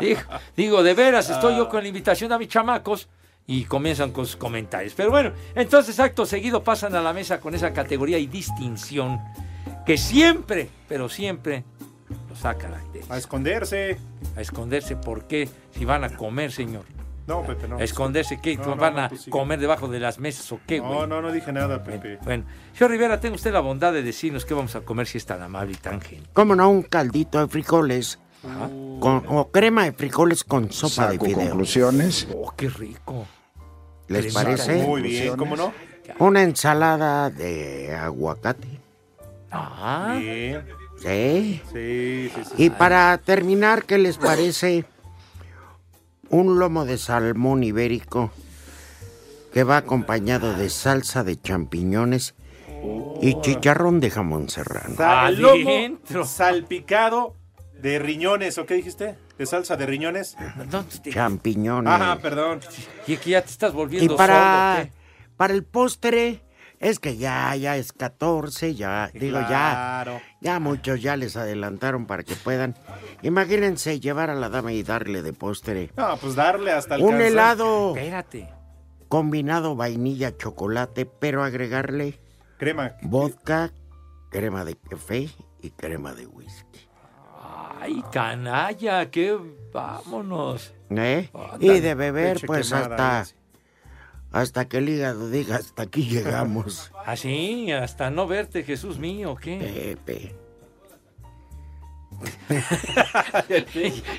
[SPEAKER 3] Digo, digo, de veras, estoy
[SPEAKER 5] Ah.
[SPEAKER 3] yo con la invitación a mis chamacos y comienzan con sus comentarios. Pero bueno, entonces acto seguido pasan a la mesa con esa categoría y distinción que siempre, pero siempre los sacan
[SPEAKER 5] A esconderse.
[SPEAKER 3] a esconderse. ¿Por qué? Si van a comer, señor.
[SPEAKER 5] No, Pepe, no.
[SPEAKER 3] A esconderse, ¿qué?
[SPEAKER 5] No, no,
[SPEAKER 3] ¿Van
[SPEAKER 5] no,
[SPEAKER 3] a
[SPEAKER 5] tú sigue.
[SPEAKER 3] comer debajo de las mesas o qué, güey?
[SPEAKER 5] No, no, no dije nada, Pepe.
[SPEAKER 3] Bueno, señor Rivera, tenga usted la bondad de decirnos qué vamos a comer si es tan amable y tan gentil.
[SPEAKER 4] ¿Cómo no? Un caldito de frijoles. Con, o crema de frijoles con sopa de
[SPEAKER 7] Saco
[SPEAKER 4] fideo.
[SPEAKER 7] conclusiones.
[SPEAKER 3] Oh, qué rico.
[SPEAKER 4] ¿Les
[SPEAKER 3] Crema.
[SPEAKER 4] parece?
[SPEAKER 5] Muy bien, ¿cómo no?
[SPEAKER 4] Una ensalada de aguacate.
[SPEAKER 3] Ah,
[SPEAKER 5] Bien.
[SPEAKER 4] Sí.
[SPEAKER 5] Sí, sí, sí.
[SPEAKER 4] Y para terminar, ¿qué les parece? Un lomo de salmón ibérico que va acompañado de salsa de champiñones y chicharrón de jamón serrano.
[SPEAKER 3] Ah,
[SPEAKER 5] Sa- el
[SPEAKER 3] Adentro.
[SPEAKER 5] lomo salpicado de riñones, ¿o qué dijiste? ¿De salsa de riñones?
[SPEAKER 3] no, te-
[SPEAKER 4] Champiñones.
[SPEAKER 5] Ajá, perdón.
[SPEAKER 3] y que ya te estás
[SPEAKER 4] Y
[SPEAKER 3] volviendo sordo,
[SPEAKER 4] para,
[SPEAKER 3] ¿qué?
[SPEAKER 4] para el postre, es que ya, ya es 14, ya, digo ya,
[SPEAKER 5] Claro.
[SPEAKER 4] ya muchos ya les adelantaron para que puedan. Imagínense llevar a la dama y darle de postre
[SPEAKER 5] No, pues darle hasta el
[SPEAKER 4] un
[SPEAKER 5] calzón.
[SPEAKER 4] helado
[SPEAKER 3] Espérate.
[SPEAKER 4] combinado vainilla chocolate, pero agregarle
[SPEAKER 5] Crema.
[SPEAKER 4] vodka, crema de café y crema de whisky.
[SPEAKER 3] Ay, canalla, qué vámonos.
[SPEAKER 4] ¿eh?
[SPEAKER 3] Ah,
[SPEAKER 4] Y
[SPEAKER 3] tan
[SPEAKER 4] de beber,
[SPEAKER 5] leche
[SPEAKER 4] pues
[SPEAKER 5] quemada,
[SPEAKER 4] hasta,
[SPEAKER 5] dice.
[SPEAKER 4] hasta que el hígado diga hasta aquí llegamos.
[SPEAKER 3] Así, Ah, hasta no verte, Jesús mío, ¿qué?
[SPEAKER 4] Pepe.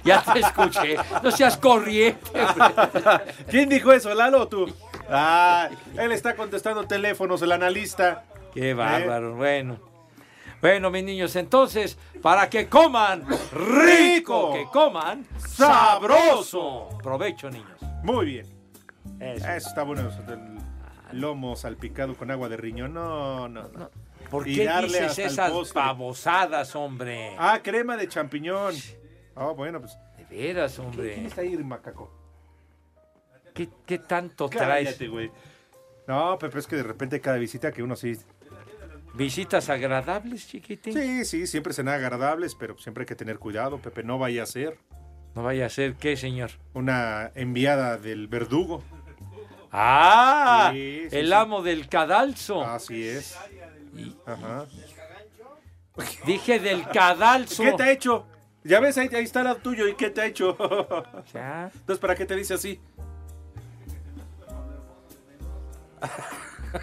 [SPEAKER 3] ya te escuché. No seas corriente. hombre.
[SPEAKER 5] ¿Quién dijo eso, Lalo o tú? Ah, él está contestando teléfonos, el analista.
[SPEAKER 3] Qué bárbaro, bueno. Bueno, mis niños, entonces, para que coman rico, que coman sabroso. Provecho, niños.
[SPEAKER 5] Muy bien.
[SPEAKER 3] Eso.
[SPEAKER 5] Eso está bueno, eso del lomo salpicado con agua de riñón. No, no, no.
[SPEAKER 3] ¿Por
[SPEAKER 5] Y
[SPEAKER 3] qué
[SPEAKER 5] darle
[SPEAKER 3] dices
[SPEAKER 5] hasta el
[SPEAKER 3] esas
[SPEAKER 5] postre.
[SPEAKER 3] babosadas, hombre?
[SPEAKER 5] Ah, crema de champiñón. Ah, bueno, pues.
[SPEAKER 3] De veras,
[SPEAKER 5] ¿Quién
[SPEAKER 3] hombre.
[SPEAKER 5] está ahí, macaco?
[SPEAKER 3] ¿Qué, qué tanto traes?
[SPEAKER 5] Cállate, güey. No, Pepe, es que de repente cada visita que uno sí.
[SPEAKER 3] ¿Visitas agradables, chiquitín?
[SPEAKER 5] Sí, sí, siempre serán agradables, pero siempre hay que tener cuidado, Pepe. No vaya a ser
[SPEAKER 3] No vaya a ser qué, señor.
[SPEAKER 5] una enviada del verdugo.
[SPEAKER 3] ¡Ah!
[SPEAKER 5] Sí, sí,
[SPEAKER 3] el
[SPEAKER 5] sí.
[SPEAKER 3] amo del cadalso.
[SPEAKER 5] Así es. Ajá.
[SPEAKER 3] Dije del cadalso.
[SPEAKER 5] ¿Qué te ha hecho? Ya ves, ahí, ahí está la tuyo. ¿Y qué te ha hecho?
[SPEAKER 3] Ya.
[SPEAKER 5] Entonces, ¿para qué te dice así?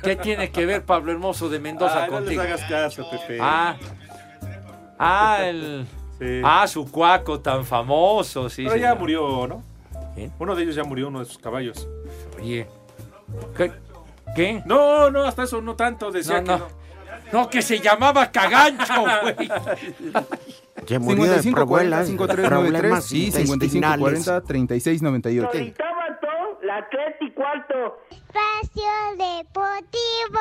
[SPEAKER 3] ¿Qué tiene que ver Pablo Hermoso de Mendoza
[SPEAKER 5] Ay, Ah, no les
[SPEAKER 3] contigo?
[SPEAKER 5] hagas caso, Pepe.
[SPEAKER 3] Ah. Ah, el.
[SPEAKER 5] Sí.
[SPEAKER 3] Ah, su cuaco tan famoso, sí.
[SPEAKER 5] Pero ya
[SPEAKER 3] señor. ¿Eh?
[SPEAKER 5] murió, ¿no?
[SPEAKER 3] ¿Quién?
[SPEAKER 5] Uno de ellos ya murió, uno de sus caballos.
[SPEAKER 3] Oye. ¿Qué? ¿Qué?
[SPEAKER 5] No, no, hasta eso no tanto.
[SPEAKER 3] No,
[SPEAKER 5] Decía
[SPEAKER 3] no.
[SPEAKER 5] que no.
[SPEAKER 3] No, que se llamaba Cagancho, güey.
[SPEAKER 4] Se murió de
[SPEAKER 7] 55 40
[SPEAKER 4] problemas,
[SPEAKER 7] 5393
[SPEAKER 4] problemas
[SPEAKER 7] y 55
[SPEAKER 4] intestinales.
[SPEAKER 7] 40 36 98.
[SPEAKER 13] todo, la tres y cuarto.
[SPEAKER 9] Espacio Deportivo.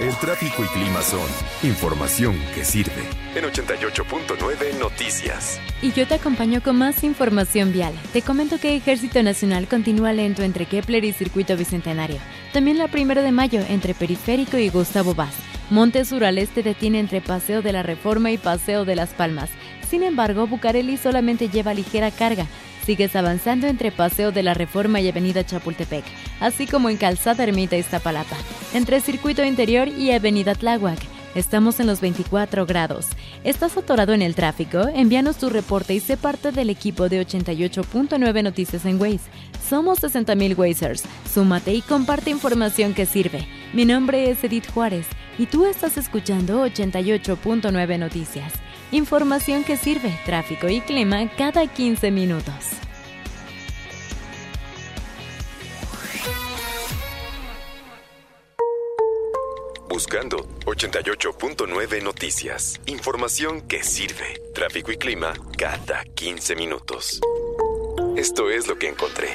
[SPEAKER 14] El tráfico y clima son información que sirve. En 88.9 Noticias.
[SPEAKER 15] Y yo te acompaño con más información vial. Te comento que Ejército Nacional continúa lento entre Kepler y Circuito Bicentenario. También la Primera de Mayo entre Periférico y Gustavo Vaz. Montesur al este detiene entre Paseo de la Reforma y Paseo de las Palmas. Sin embargo, Bucareli solamente lleva ligera carga. Sigues avanzando entre Paseo de la Reforma y Avenida Chapultepec, así como en Calzada Ermita Iztapalapa, entre Circuito Interior y Avenida Tláhuac. Estamos en los 24 grados. ¿Estás atorado en el tráfico? Envíanos tu reporte y sé parte del equipo de 88.9 Noticias en Waze. Somos 60.000 Wazers. Súmate y comparte información que sirve. Mi nombre es Edith Juárez y tú estás escuchando 88.9 Noticias. Información que sirve, tráfico y clima cada 15 minutos.
[SPEAKER 16] Buscando 88.9 Noticias. Información que sirve. Tráfico y clima cada 15 minutos. Esto es lo que encontré.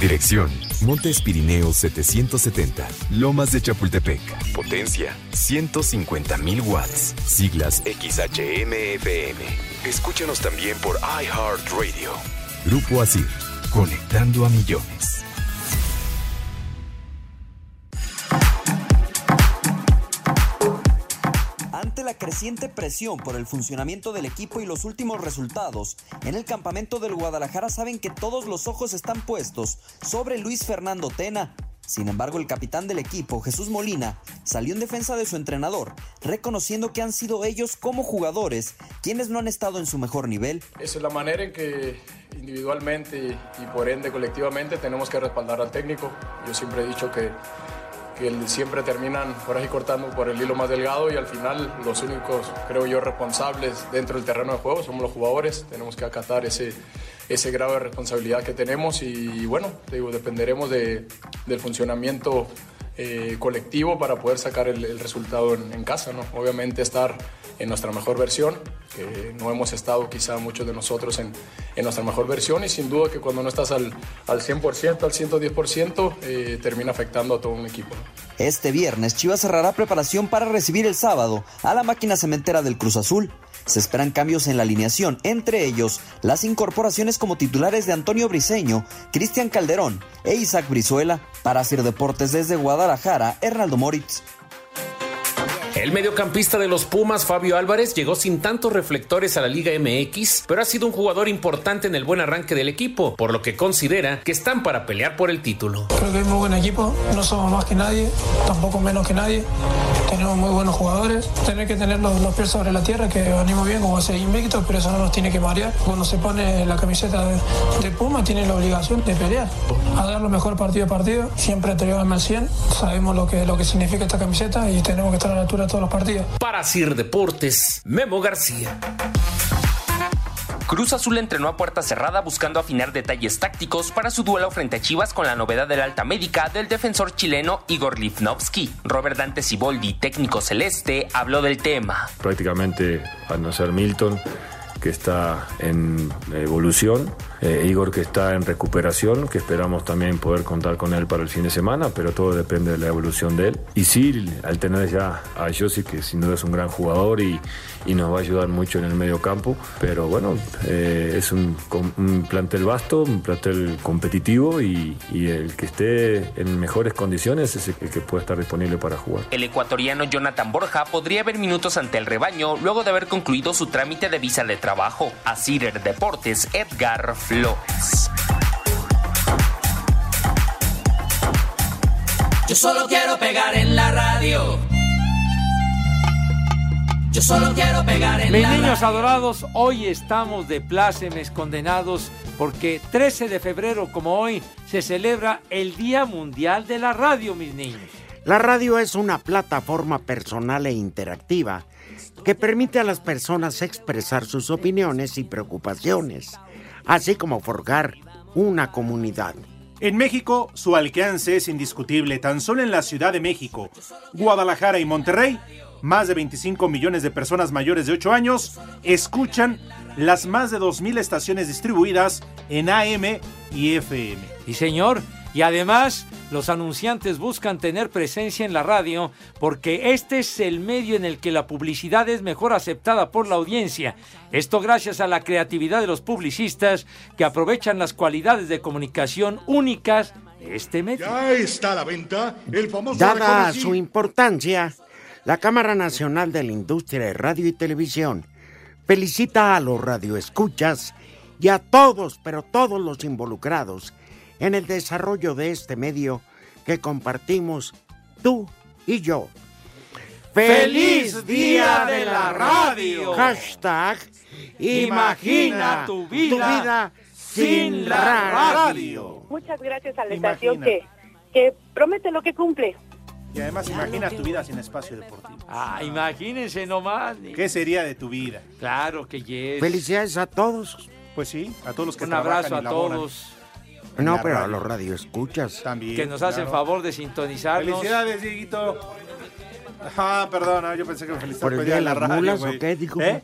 [SPEAKER 14] Dirección: Montes Pirineos 770, Lomas de Chapultepec.
[SPEAKER 16] Potencia 150.000 watts.
[SPEAKER 14] Siglas
[SPEAKER 16] XHMFM. Escúchanos también por iHeartRadio.
[SPEAKER 14] Grupo ASIR, conectando a millones.
[SPEAKER 17] Ante la creciente presión por el funcionamiento del equipo y los últimos resultados, en el campamento del Guadalajara saben que todos los ojos están puestos sobre Luis Fernando Tena. Sin embargo, el capitán del equipo, Jesús Molina, salió en defensa de su entrenador, reconociendo que han sido ellos como jugadores quienes no han estado en su mejor nivel.
[SPEAKER 18] Esa es la manera en que individualmente y, y por ende colectivamente tenemos que respaldar al técnico. Yo siempre he dicho que, que el- siempre terminan por ahí cortando por el hilo más delgado y al final los únicos, creo yo, responsables dentro del terreno de juego somos los jugadores. Tenemos que acatar ese, ese grado de responsabilidad que tenemos y, bueno, te digo, dependeremos de- del funcionamiento. eh, colectivo para poder sacar el, el resultado en, en casa, ¿no? Obviamente estar en nuestra mejor versión, que no hemos estado quizá muchos de nosotros en, en nuestra mejor versión y sin duda que cuando no estás al, al 100%, al 110%, eh, termina afectando a todo un equipo.
[SPEAKER 17] Este viernes, Chivas cerrará preparación para recibir el sábado a la máquina cementera del Cruz Azul. Se esperan cambios en la alineación, entre ellos las incorporaciones como titulares de Antonio Briseño, Cristian Calderón e Isaac Brizuela. Para hacer deportes desde Guadalajara, Hernaldo Moritz.
[SPEAKER 19] El mediocampista de los Pumas, Fabio Álvarez, llegó sin tantos reflectores a la Liga MX, pero ha sido un jugador importante en el buen arranque del equipo, por lo que considera que están para pelear por el título.
[SPEAKER 20] Creo que es muy buen equipo, no somos más que nadie, tampoco menos que nadie. Tenemos muy buenos jugadores, tener que tener los, los pies sobre la tierra, que venimos bien como ser invictos, pero eso no nos tiene que marear. Cuando se pone la camiseta de, de Puma, tiene la obligación de pelear, a dar lo mejor partido a partido, siempre entregarme al 100, sabemos lo que, lo que significa esta camiseta y tenemos que estar a la altura de todos los partidos.
[SPEAKER 19] Para Sir Deportes, Memo García.
[SPEAKER 21] Cruz Azul entrenó a puerta cerrada buscando afinar detalles tácticos para su duelo frente a Chivas con la novedad del alta médica del defensor chileno Igor Lifnovsky. Robert Dante Siboldi, técnico celeste, habló del tema.
[SPEAKER 22] prácticamente a no ser Milton, que está en evolución, eh, Igor que está en recuperación, que esperamos también poder contar con él para el fin de semana, pero todo depende de la evolución de él. Y sí, al tener ya a Josi, que sin duda es un gran jugador y, y nos va a ayudar mucho en el medio campo, pero bueno, eh, es un, com- un plantel vasto, un plantel competitivo y, y el que esté en mejores condiciones es el que puede estar disponible para jugar.
[SPEAKER 21] El ecuatoriano Jonathan Borja podría ver minutos ante el rebaño luego de haber concluido su trámite de visa de trabajo. A Cider Deportes, Edgar Flores.
[SPEAKER 23] Yo solo quiero pegar en la radio. Yo solo quiero pegar en
[SPEAKER 3] Mis
[SPEAKER 23] la radio.
[SPEAKER 3] niños adorados, hoy estamos de plácemes condenados porque 13 de febrero, como hoy, se celebra el Día Mundial de la Radio, mis niños.
[SPEAKER 4] La radio es una plataforma personal e interactiva que permite a las personas expresar sus opiniones y preocupaciones, así como forjar una comunidad.
[SPEAKER 5] En México, su alcance es indiscutible. Tan solo en la Ciudad de México, Guadalajara y Monterrey, más de 25 millones de personas mayores de 8 años escuchan las más de 2.000 estaciones distribuidas en AM y FM.
[SPEAKER 3] Y señor, y además los anunciantes buscan tener presencia en la radio porque este es el medio en el que la publicidad es mejor aceptada por la audiencia. Esto gracias a la creatividad de los publicistas que aprovechan las cualidades de comunicación únicas Este metro.
[SPEAKER 2] Ya está a la venta el
[SPEAKER 3] Pues,
[SPEAKER 2] famoso
[SPEAKER 4] Dada
[SPEAKER 2] reconocido-
[SPEAKER 4] su importancia, la Cámara Nacional de la Industria de Radio y Televisión felicita a los radioescuchas y a todos, pero todos los involucrados en el desarrollo de este medio que compartimos tú y yo.
[SPEAKER 3] ¡Feliz Día de la Radio!
[SPEAKER 4] Hashtag
[SPEAKER 3] Imagina tu vida sin la radio.
[SPEAKER 11] Muchas gracias a la estación que, que promete lo que cumple.
[SPEAKER 5] Y además imagina tu vida sin espacio deportivo.
[SPEAKER 3] Ah, imagínense nomás.
[SPEAKER 5] ¿Qué sería de tu vida?
[SPEAKER 3] Claro que yes.
[SPEAKER 4] Felicidades a todos.
[SPEAKER 5] Pues sí, a todos los que
[SPEAKER 3] Un abrazo
[SPEAKER 5] trabajan
[SPEAKER 3] a
[SPEAKER 5] y laboran.
[SPEAKER 3] todos
[SPEAKER 4] No,
[SPEAKER 5] La
[SPEAKER 4] pero a
[SPEAKER 5] radio.
[SPEAKER 4] los radioescuchas.
[SPEAKER 5] También.
[SPEAKER 3] que nos hacen
[SPEAKER 5] claro.
[SPEAKER 3] favor de sintonizarnos.
[SPEAKER 5] Felicidades, Dieguito. Ah, perdón, ah, yo pensé que me
[SPEAKER 4] ¿Por
[SPEAKER 5] felicitaste
[SPEAKER 4] el día de las mulas
[SPEAKER 5] güey.
[SPEAKER 4] o qué? Dijo.
[SPEAKER 5] ¿Eh?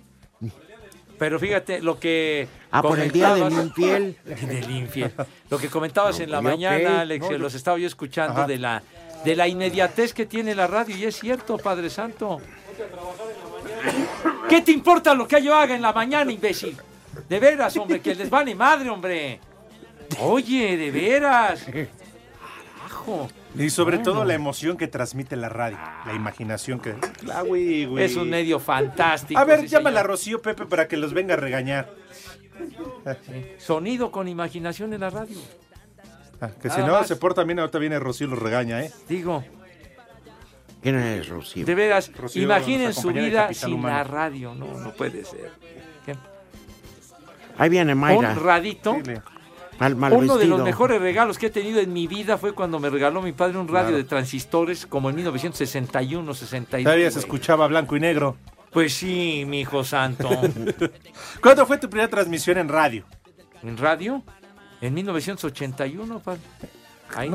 [SPEAKER 3] Pero fíjate lo que.
[SPEAKER 4] Ah, por el día del
[SPEAKER 3] comentabas- del infiel. Lo que comentabas en la
[SPEAKER 4] pues,
[SPEAKER 3] mañana,
[SPEAKER 4] ok.
[SPEAKER 3] Alex,
[SPEAKER 4] No,
[SPEAKER 3] que
[SPEAKER 4] yo-
[SPEAKER 3] los estaba yo escuchando
[SPEAKER 4] Ajá.
[SPEAKER 3] de la de la inmediatez que tiene la radio. Y es cierto, Padre Santo. ¿Qué te importa lo que yo haga en la mañana, imbécil? De veras, hombre, que les vale madre, hombre. Oye, de veras. Carajo.
[SPEAKER 5] Y sobre
[SPEAKER 3] Bueno.
[SPEAKER 5] todo la emoción que transmite la radio, la imaginación que... Ah, güey, güey.
[SPEAKER 3] Es un medio fantástico.
[SPEAKER 5] A ver,
[SPEAKER 3] sí,
[SPEAKER 5] llámala a
[SPEAKER 3] señor.
[SPEAKER 5] Rocío Pepe para que los venga a regañar.
[SPEAKER 3] Sonido con imaginación en la radio.
[SPEAKER 5] Ah, que si
[SPEAKER 3] Nada
[SPEAKER 5] no
[SPEAKER 3] más.
[SPEAKER 5] se porta bien, ahorita viene Rocío y los regaña, ¿eh?
[SPEAKER 3] Digo.
[SPEAKER 4] ¿Quién es Rocío?
[SPEAKER 3] De veras,
[SPEAKER 5] Rocío,
[SPEAKER 3] imaginen
[SPEAKER 5] nuestra
[SPEAKER 3] su
[SPEAKER 5] compañera de
[SPEAKER 3] vida
[SPEAKER 5] Capital
[SPEAKER 3] sin
[SPEAKER 5] Humano.
[SPEAKER 3] la radio. No, no puede ser.
[SPEAKER 4] Ahí viene Mayra.
[SPEAKER 3] Un radito.
[SPEAKER 4] Al mal
[SPEAKER 3] Uno de los
[SPEAKER 4] vestido.
[SPEAKER 3] mejores regalos que he tenido en mi vida fue cuando me regaló mi padre un radio de transistores como en 1961, 62.
[SPEAKER 5] Todavía se escuchaba blanco y negro.
[SPEAKER 3] Pues sí, mi hijo santo.
[SPEAKER 5] ¿Cuándo fue tu primera transmisión en radio?
[SPEAKER 3] ¿En radio? En 1981, padre. Ahí.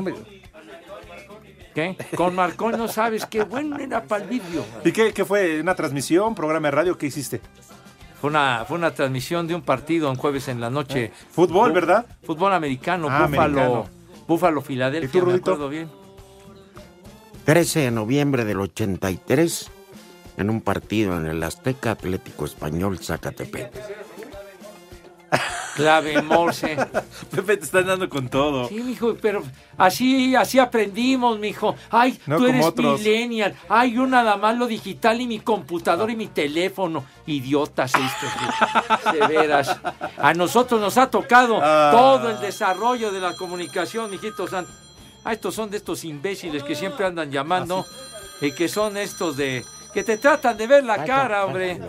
[SPEAKER 3] ¿Qué? Con Marcón no sabes qué bueno era para el vídeo.
[SPEAKER 5] ¿Y qué, qué fue? ¿Una transmisión, programa de radio? ¿Qué hiciste?
[SPEAKER 3] Fue una, fue una transmisión de un partido en jueves en la noche.
[SPEAKER 5] Eh, Fútbol,
[SPEAKER 3] Fu-
[SPEAKER 5] ¿verdad?
[SPEAKER 3] Fútbol americano,
[SPEAKER 5] Ah,
[SPEAKER 3] Búfalo,
[SPEAKER 5] americano.
[SPEAKER 3] Búfalo
[SPEAKER 5] ¿Y tú,
[SPEAKER 3] Filadelfia, me
[SPEAKER 5] Rudito?
[SPEAKER 3] acuerdo bien.
[SPEAKER 4] 13 de noviembre del 83, en un partido en el Azteca Atlético Español Zacatepec.
[SPEAKER 3] Clave Morse.
[SPEAKER 5] Pepe, te están dando con todo.
[SPEAKER 3] Sí, mijo, pero así, así aprendimos, mijo. Ay,
[SPEAKER 5] No
[SPEAKER 3] tú
[SPEAKER 5] como
[SPEAKER 3] eres
[SPEAKER 5] otros.
[SPEAKER 3] millennial. Ay, yo nada más lo digital y mi computador
[SPEAKER 5] Ah.
[SPEAKER 3] y mi teléfono. Idiotas estos. de- de veras. A nosotros nos ha tocado
[SPEAKER 5] Ah.
[SPEAKER 3] todo el desarrollo de la comunicación, mijito santo. Ah, estos son de estos imbéciles que siempre andan llamando
[SPEAKER 4] Ah,
[SPEAKER 3] y que son estos de... Que te tratan de ver la cara, hombre.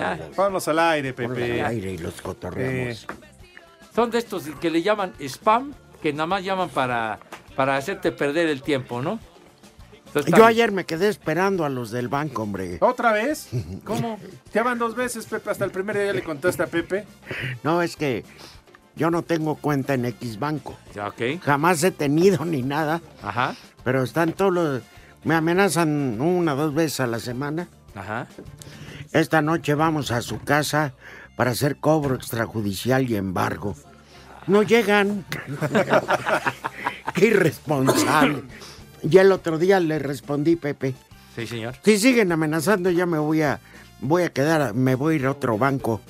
[SPEAKER 3] Ah.
[SPEAKER 5] Vámonos al aire,
[SPEAKER 4] Ponle
[SPEAKER 5] Pepe. Eh,
[SPEAKER 4] al aire y los cotorreamos.
[SPEAKER 3] Son de estos que le llaman spam, que nada más llaman para, para hacerte perder el tiempo, ¿no? Entonces,
[SPEAKER 4] Yo ayer me quedé esperando a los del banco, hombre.
[SPEAKER 5] ¿Otra vez? ¿Cómo? Te van dos veces, Pepe. Hasta el primer día ya le contaste a Pepe.
[SPEAKER 4] No, es que yo no tengo cuenta en X Banco.
[SPEAKER 3] Ya, ok.
[SPEAKER 4] Jamás he tenido ni nada.
[SPEAKER 3] Ajá.
[SPEAKER 4] Pero están todos los... Me amenazan una o dos veces a la semana.
[SPEAKER 3] Ajá.
[SPEAKER 4] Esta noche vamos a su casa para hacer cobro extrajudicial y embargo. No llegan. Qué irresponsable. Y el otro día le respondí, Pepe.
[SPEAKER 3] Sí, señor.
[SPEAKER 4] Si siguen amenazando, ya me voy a, voy a quedar, me voy a ir a otro banco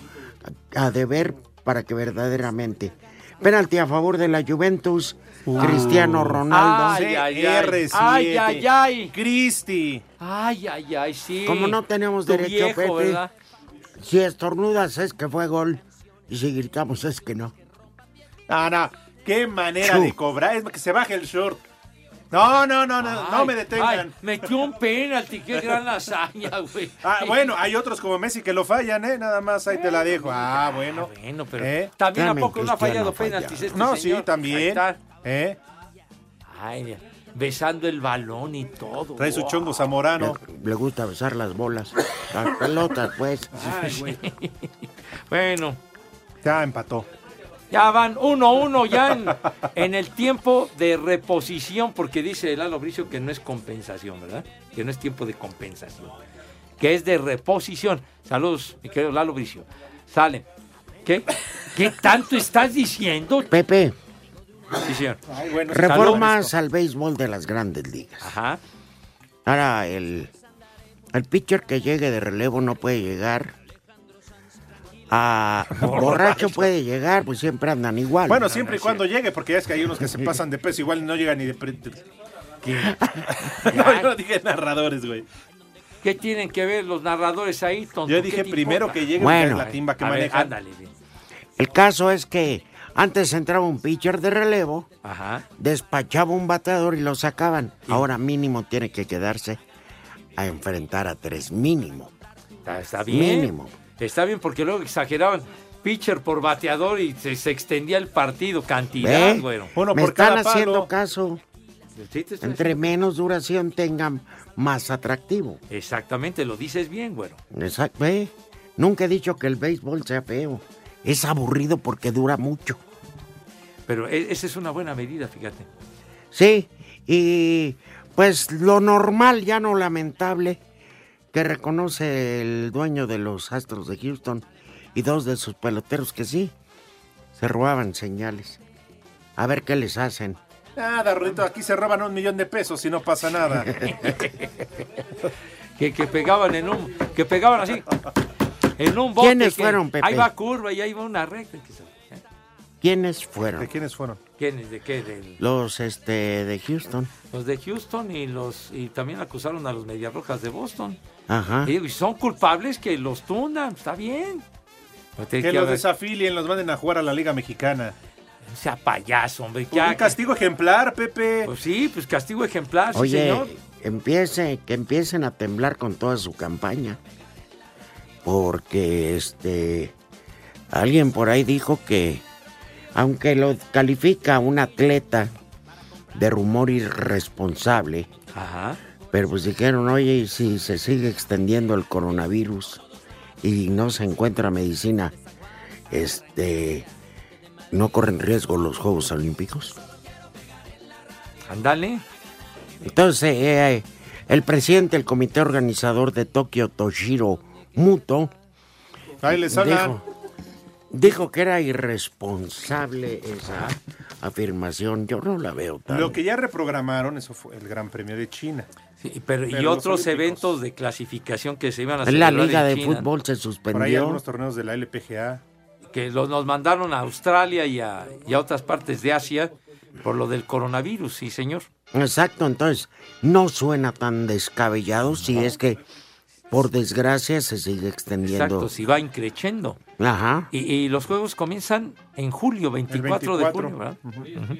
[SPEAKER 4] a, a deber para que verdaderamente. Penalti a favor de la Juventus, Cristiano Ronaldo.
[SPEAKER 3] Uh. Ay, ay, ay. Ay, ay, ay.
[SPEAKER 5] Cristi.
[SPEAKER 3] Ay, ay, ay, sí.
[SPEAKER 4] Como no tenemos
[SPEAKER 3] Tu
[SPEAKER 4] derecho,
[SPEAKER 3] viejo,
[SPEAKER 4] Pepe.
[SPEAKER 3] ¿verdad?
[SPEAKER 4] Si estornudas es que fue gol y si gritamos es que no.
[SPEAKER 5] No, no. Qué manera
[SPEAKER 4] Chu.
[SPEAKER 5] de cobrar. Es que se baje el short. No, no, no, no. no
[SPEAKER 3] Ay,
[SPEAKER 5] me detengan.
[SPEAKER 3] ay, metió un penalti, qué gran hazaña, güey.
[SPEAKER 5] Ah, bueno, hay otros como Messi que lo fallan, ¿eh? Nada más ahí te la dejo. Ah, bueno.
[SPEAKER 3] Bueno, pero
[SPEAKER 5] ¿Eh?
[SPEAKER 3] también a
[SPEAKER 5] También
[SPEAKER 3] poco no ha
[SPEAKER 5] Cristiano
[SPEAKER 3] fallado
[SPEAKER 5] falla.
[SPEAKER 3] penaltis este
[SPEAKER 5] No,
[SPEAKER 3] señor?
[SPEAKER 5] sí, también.
[SPEAKER 3] Ahí está.
[SPEAKER 5] ¿Eh?
[SPEAKER 3] Ay, besando el balón y todo.
[SPEAKER 5] Trae su
[SPEAKER 3] Wow.
[SPEAKER 5] chongo zamorano.
[SPEAKER 4] Le gusta besar las bolas, las pelotas, pues.
[SPEAKER 3] Ay, güey. bueno.
[SPEAKER 5] Ya empató.
[SPEAKER 3] Ya van 1-1 ya en, en el tiempo de reposición, porque dice Lalo Bricio que no es compensación, ¿verdad? Que no es tiempo de compensación, que es de reposición. Saludos, mi querido Lalo Bricio. Sale. ¿Qué? ¿Qué tanto estás diciendo?
[SPEAKER 4] Pepe,
[SPEAKER 3] Sí, señor.
[SPEAKER 4] reformas al béisbol de las grandes ligas.
[SPEAKER 3] Ajá.
[SPEAKER 4] Ahora, el, el pitcher que llegue de relevo no puede llegar a Ah, borracho puede llegar, pues siempre andan igual.
[SPEAKER 5] Bueno, siempre y cuando llegue, porque ya es que hay unos que se pasan de peso igual y no llegan ni de... pre- ¿Qué? no, yo no dije narradores, güey.
[SPEAKER 3] ¿Qué tienen que ver los narradores ahí, tonto?
[SPEAKER 5] Yo
[SPEAKER 3] ¿Qué
[SPEAKER 5] dije
[SPEAKER 3] te
[SPEAKER 5] primero
[SPEAKER 3] importa?
[SPEAKER 5] que llegue
[SPEAKER 4] Bueno.
[SPEAKER 5] la timba que
[SPEAKER 3] A ver,
[SPEAKER 5] maneja.
[SPEAKER 3] ándale, bien.
[SPEAKER 4] El caso es que antes entraba un pitcher de relevo, despachaba un bateador y lo sacaban. Ahora mínimo tiene que quedarse a enfrentar a tres, mínimo.
[SPEAKER 3] Está, está bien.
[SPEAKER 4] Mínimo.
[SPEAKER 3] Está bien porque luego exageraban. Pitcher por bateador y se, se extendía el partido. Cantidad,
[SPEAKER 4] ¿Ve?
[SPEAKER 3] güero.
[SPEAKER 4] Me están haciendo caso.
[SPEAKER 3] Sí, te estoy
[SPEAKER 4] Entre menos duración tengan, más atractivo.
[SPEAKER 3] haciendo- Exactamente, lo dices bien, güero.
[SPEAKER 4] Exacto. ¿Ve? Nunca he dicho que el béisbol sea feo. Es aburrido porque dura mucho.
[SPEAKER 3] Pero e- esa es una buena medida, fíjate.
[SPEAKER 4] Sí, y pues lo normal, ya no lamentable, que reconoce el dueño de los Astros de Houston y dos de sus peloteros que sí, se robaban señales. A ver qué les hacen.
[SPEAKER 5] Nada, Rorrito, aquí se roban un millón de pesos y no pasa nada.
[SPEAKER 3] Que, que pegaban en un. Que pegaban así. En un bote.
[SPEAKER 4] ¿Quiénes
[SPEAKER 3] que
[SPEAKER 4] fueron, Pepe?
[SPEAKER 3] Ahí va curva y ahí va una recta. que se-
[SPEAKER 4] ¿Quiénes fueron?
[SPEAKER 5] quiénes fueron?
[SPEAKER 3] ¿Quiénes? ¿De qué? Del-
[SPEAKER 4] Los este de Houston.
[SPEAKER 3] los de Houston y los y también acusaron a los Mediarrojas de Boston.
[SPEAKER 4] Ajá.
[SPEAKER 3] Y digo, y son culpables que los tundan. Está bien.
[SPEAKER 5] Que los desafilien, los manden a jugar a la Liga Mexicana. Pues
[SPEAKER 3] Sea payaso, hombre.
[SPEAKER 5] Un castigo ejemplar, Pepe.
[SPEAKER 3] Pues sí, pues castigo ejemplar, sí,
[SPEAKER 4] Oye,
[SPEAKER 3] señor.
[SPEAKER 4] empiece, que empiecen a temblar con toda su campaña. Porque este alguien por ahí dijo que aunque lo califica un atleta de rumor irresponsable,
[SPEAKER 3] Ajá.
[SPEAKER 4] pero pues dijeron, oye, y si se sigue extendiendo el coronavirus y no se encuentra medicina, este no corren riesgo los Juegos Olímpicos.
[SPEAKER 3] Ándale.
[SPEAKER 4] Entonces, eh, el presidente del comité organizador de Tokio, Toshiro Muto,
[SPEAKER 5] Ahí les hablan.
[SPEAKER 4] dijo, dijo que era irresponsable esa afirmación. Yo no la veo tan...
[SPEAKER 5] Lo que ya reprogramaron, eso fue el Gran Premio de China.
[SPEAKER 3] pero, y
[SPEAKER 5] los
[SPEAKER 3] otros
[SPEAKER 5] Olímpicos.
[SPEAKER 3] eventos de clasificación que se iban a
[SPEAKER 4] En la
[SPEAKER 3] celebrar
[SPEAKER 4] liga
[SPEAKER 3] en
[SPEAKER 4] de
[SPEAKER 3] China,
[SPEAKER 4] fútbol se
[SPEAKER 5] Por ahí
[SPEAKER 4] suspendió.
[SPEAKER 5] algunos torneos de la LPGA.
[SPEAKER 3] Que los, nos mandaron a Australia y a, y a otras partes de Asia por lo del coronavirus, sí, señor.
[SPEAKER 4] Exacto, entonces, no suena tan descabellado si es que, por desgracia, se sigue extendiendo.
[SPEAKER 3] Exacto, si va increciendo.
[SPEAKER 4] Ajá.
[SPEAKER 3] Y, y los juegos comienzan en julio, 24, de
[SPEAKER 5] 24.
[SPEAKER 3] julio, ¿verdad?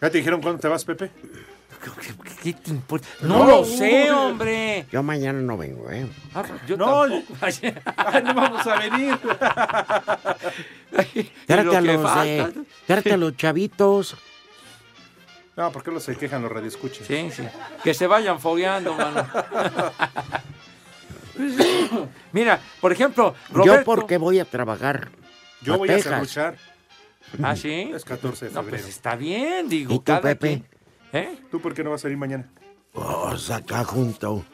[SPEAKER 5] ¿Ya te dijeron cuándo te vas, Pepe?
[SPEAKER 3] ¿Qué te importa? No lo sé, hombre.
[SPEAKER 4] Yo mañana no vengo, ¿eh?
[SPEAKER 3] Ah, yo
[SPEAKER 5] No,
[SPEAKER 3] tampoco.
[SPEAKER 5] Ay, no vamos a venir.
[SPEAKER 4] Trate a
[SPEAKER 5] que
[SPEAKER 4] los,
[SPEAKER 5] falta.
[SPEAKER 4] eh, trate a los chavitos.
[SPEAKER 5] No, ¿por qué los se quejan los radioescuchas?
[SPEAKER 3] Sí, sí. Que se vayan fogueando, mano. Mira, por ejemplo,
[SPEAKER 4] Yo
[SPEAKER 3] Roberto.
[SPEAKER 4] porque voy a trabajar.
[SPEAKER 5] Yo
[SPEAKER 4] a
[SPEAKER 5] voy
[SPEAKER 4] Texas.
[SPEAKER 5] a cerruchar.
[SPEAKER 3] Ah, sí.
[SPEAKER 5] Es 14 de
[SPEAKER 3] No,
[SPEAKER 5] febrero.
[SPEAKER 3] pues está bien, digo.
[SPEAKER 4] ¿Y tú,
[SPEAKER 3] cada
[SPEAKER 4] Pepe?
[SPEAKER 3] quien. ¿Eh?
[SPEAKER 5] ¿Tú por qué no vas a venir mañana?
[SPEAKER 4] Oh, saca junto.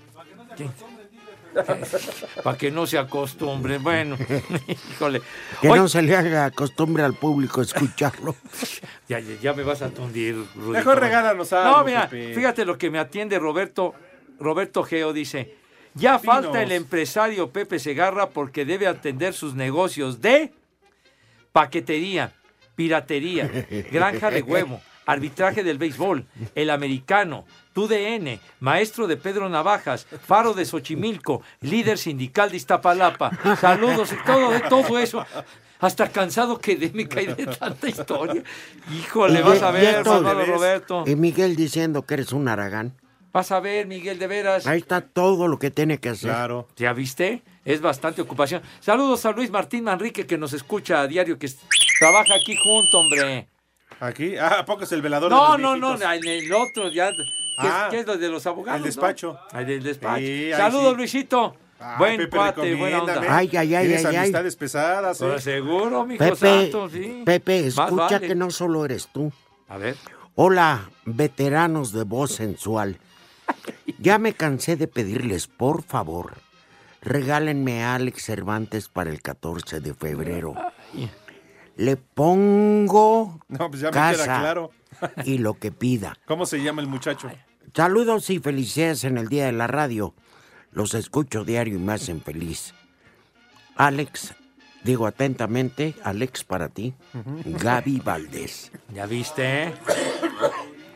[SPEAKER 3] Para que no se acostumbre. Bueno, híjole.
[SPEAKER 4] Que
[SPEAKER 3] Oye,
[SPEAKER 4] no se le haga costumbre al público escucharlo.
[SPEAKER 3] ya, ya- ya me vas a tundir, Rudito.
[SPEAKER 5] Mejor regálanos algo,
[SPEAKER 3] No, mira,
[SPEAKER 5] Pepe.
[SPEAKER 3] fíjate lo que me atiende Roberto. Roberto Geo dice: Ya
[SPEAKER 5] Dinos.
[SPEAKER 3] falta el empresario Pepe Segarra porque debe atender sus negocios de paquetería, piratería, granja de huevo, arbitraje del béisbol, el americano, TUDN, maestro de Pedro Navajas, faro de Xochimilco, líder sindical de Iztapalapa, saludos y todo, de todo eso. Hasta cansado que de me caí de tanta historia. Híjole,
[SPEAKER 4] Y
[SPEAKER 3] vas
[SPEAKER 4] de-
[SPEAKER 3] a
[SPEAKER 4] y
[SPEAKER 3] ver,
[SPEAKER 4] estos-
[SPEAKER 3] Manolo Roberto.
[SPEAKER 4] Y Miguel diciendo que eres un aragán.
[SPEAKER 3] Vas a ver, Miguel, de veras.
[SPEAKER 4] Ahí está todo lo que tiene que hacer.
[SPEAKER 5] Claro.
[SPEAKER 3] ¿Ya viste? Es bastante ocupación. Saludos a Luis Martín Manrique, que nos escucha a diario, que es- trabaja aquí junto, hombre.
[SPEAKER 5] ¿Aquí? Ah, ¿a poco es el velador
[SPEAKER 3] No,
[SPEAKER 5] de los
[SPEAKER 3] no, no,
[SPEAKER 5] viejitos?
[SPEAKER 3] en el otro ya. ¿Qué,
[SPEAKER 5] Ah,
[SPEAKER 3] qué es lo de los abogados?
[SPEAKER 5] el
[SPEAKER 3] no?
[SPEAKER 5] despacho.
[SPEAKER 3] Ah, del despacho.
[SPEAKER 5] Sí, ahí
[SPEAKER 3] Saludos,
[SPEAKER 5] sí.
[SPEAKER 3] Luisito.
[SPEAKER 5] Ah,
[SPEAKER 3] Buen
[SPEAKER 5] Pepe,
[SPEAKER 3] cuate, buena onda.
[SPEAKER 5] recomiéndame.
[SPEAKER 4] Ay, ay, ay,
[SPEAKER 5] Tienes
[SPEAKER 4] ay, ay.
[SPEAKER 5] amistades pesadas, ¿eh?
[SPEAKER 3] Pues seguro, mijo
[SPEAKER 4] Pepe,
[SPEAKER 3] santo, sí.
[SPEAKER 4] Pepe,
[SPEAKER 3] Más
[SPEAKER 4] escucha
[SPEAKER 3] vale.
[SPEAKER 4] que no solo eres tú.
[SPEAKER 3] A ver.
[SPEAKER 4] Hola, veteranos de voz sensual. Ya me cansé de pedirles, por favor, regálenme a Alex Cervantes para el 14 de febrero. Le pongo
[SPEAKER 5] No, pues ya me
[SPEAKER 4] casa
[SPEAKER 5] queda claro.
[SPEAKER 4] y lo que pida.
[SPEAKER 5] ¿Cómo se llama el muchacho?
[SPEAKER 4] Saludos y felicidades en el Día de la Radio. Los escucho diario y me hacen feliz. Alex Digo atentamente, Alex, para ti, Gaby Valdés.
[SPEAKER 3] ¿Ya viste? ¿eh?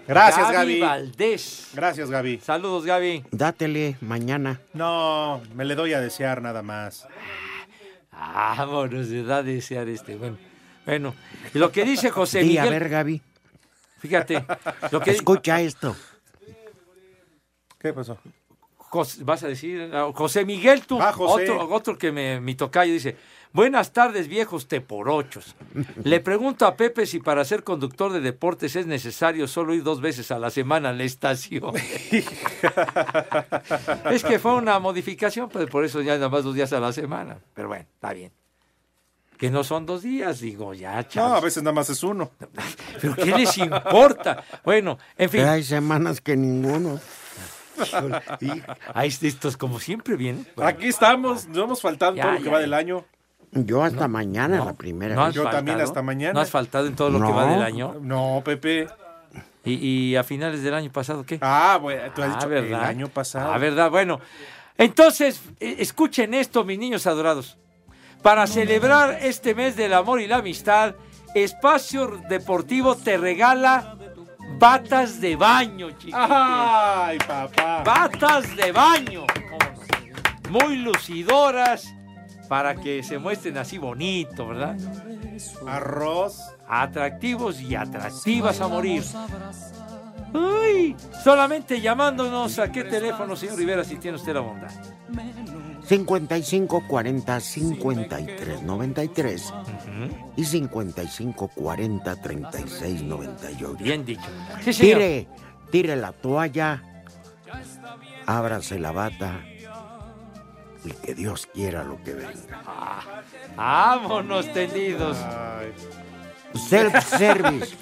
[SPEAKER 5] Gracias, Gaby.
[SPEAKER 3] Valdés.
[SPEAKER 5] Gracias, Gaby.
[SPEAKER 3] Saludos, Gaby.
[SPEAKER 4] Dátele mañana.
[SPEAKER 5] No, me le doy a desear nada más.
[SPEAKER 3] Ah, bueno, se da a desear este. Bueno, bueno. Y lo que dice José
[SPEAKER 4] Di,
[SPEAKER 3] Miguel.
[SPEAKER 4] a ver, Gaby.
[SPEAKER 3] Fíjate. Lo que
[SPEAKER 4] Escucha esto.
[SPEAKER 5] ¿Qué pasó?
[SPEAKER 3] Jos- vas a decir, ah, José Miguel, tú,
[SPEAKER 5] Va, José.
[SPEAKER 3] Otro, otro que me, mi tocayo dice, buenas tardes viejos teporochos. Le pregunto a Pepe si para ser conductor de deportes es necesario solo ir dos veces a la semana a la estación. es que fue una modificación, pues por eso ya nada más dos días a la semana. Pero bueno, está bien. Que no son dos días, digo, ya,
[SPEAKER 5] No, a
[SPEAKER 3] chavos.
[SPEAKER 5] veces nada más es uno.
[SPEAKER 3] ¿Pero qué les importa? Bueno, en fin.
[SPEAKER 4] Pero hay semanas que ninguno.
[SPEAKER 3] Híjole, y- ahí estos como siempre vienen. Bueno,
[SPEAKER 5] Aquí estamos, nos hemos faltado
[SPEAKER 3] Ya,
[SPEAKER 5] todo lo que
[SPEAKER 3] ya,
[SPEAKER 5] va
[SPEAKER 3] ya.
[SPEAKER 5] del año.
[SPEAKER 4] Yo hasta mañana, la primera.
[SPEAKER 3] ¿no has
[SPEAKER 4] vez.
[SPEAKER 5] Yo también
[SPEAKER 3] faltado?
[SPEAKER 5] hasta mañana.
[SPEAKER 3] ¿No has faltado en todo lo que
[SPEAKER 4] No.
[SPEAKER 3] va del año?
[SPEAKER 5] No, Pepe.
[SPEAKER 3] ¿Y, y a finales del año pasado qué?
[SPEAKER 5] Ah, bueno, tú has
[SPEAKER 3] Ah,
[SPEAKER 5] dicho el
[SPEAKER 3] ¿verdad?
[SPEAKER 5] año pasado.
[SPEAKER 3] Ah, verdad, bueno. Entonces, eh, escuchen esto, mis niños adorados. Para celebrar este mes del amor y la amistad, Espacio Deportivo te regala batas de baño, chicos.
[SPEAKER 5] Ay, papá.
[SPEAKER 3] Batas de baño. Muy lucidoras para que se muestren así bonito, ¿verdad?
[SPEAKER 5] Arroz.
[SPEAKER 3] atractivos y atractivas a morir. ¡Uy! Solamente llamándonos a qué teléfono, señor Rivera, si tiene usted la bondad.
[SPEAKER 4] 55 40 53 93 y 55 40 36 98.
[SPEAKER 3] Bien dicho. Sí, señor.
[SPEAKER 4] Tire, tire la toalla, ábrase la bata y que Dios quiera lo que venga.
[SPEAKER 3] Ah. Vámonos tendidos.
[SPEAKER 4] Self-service.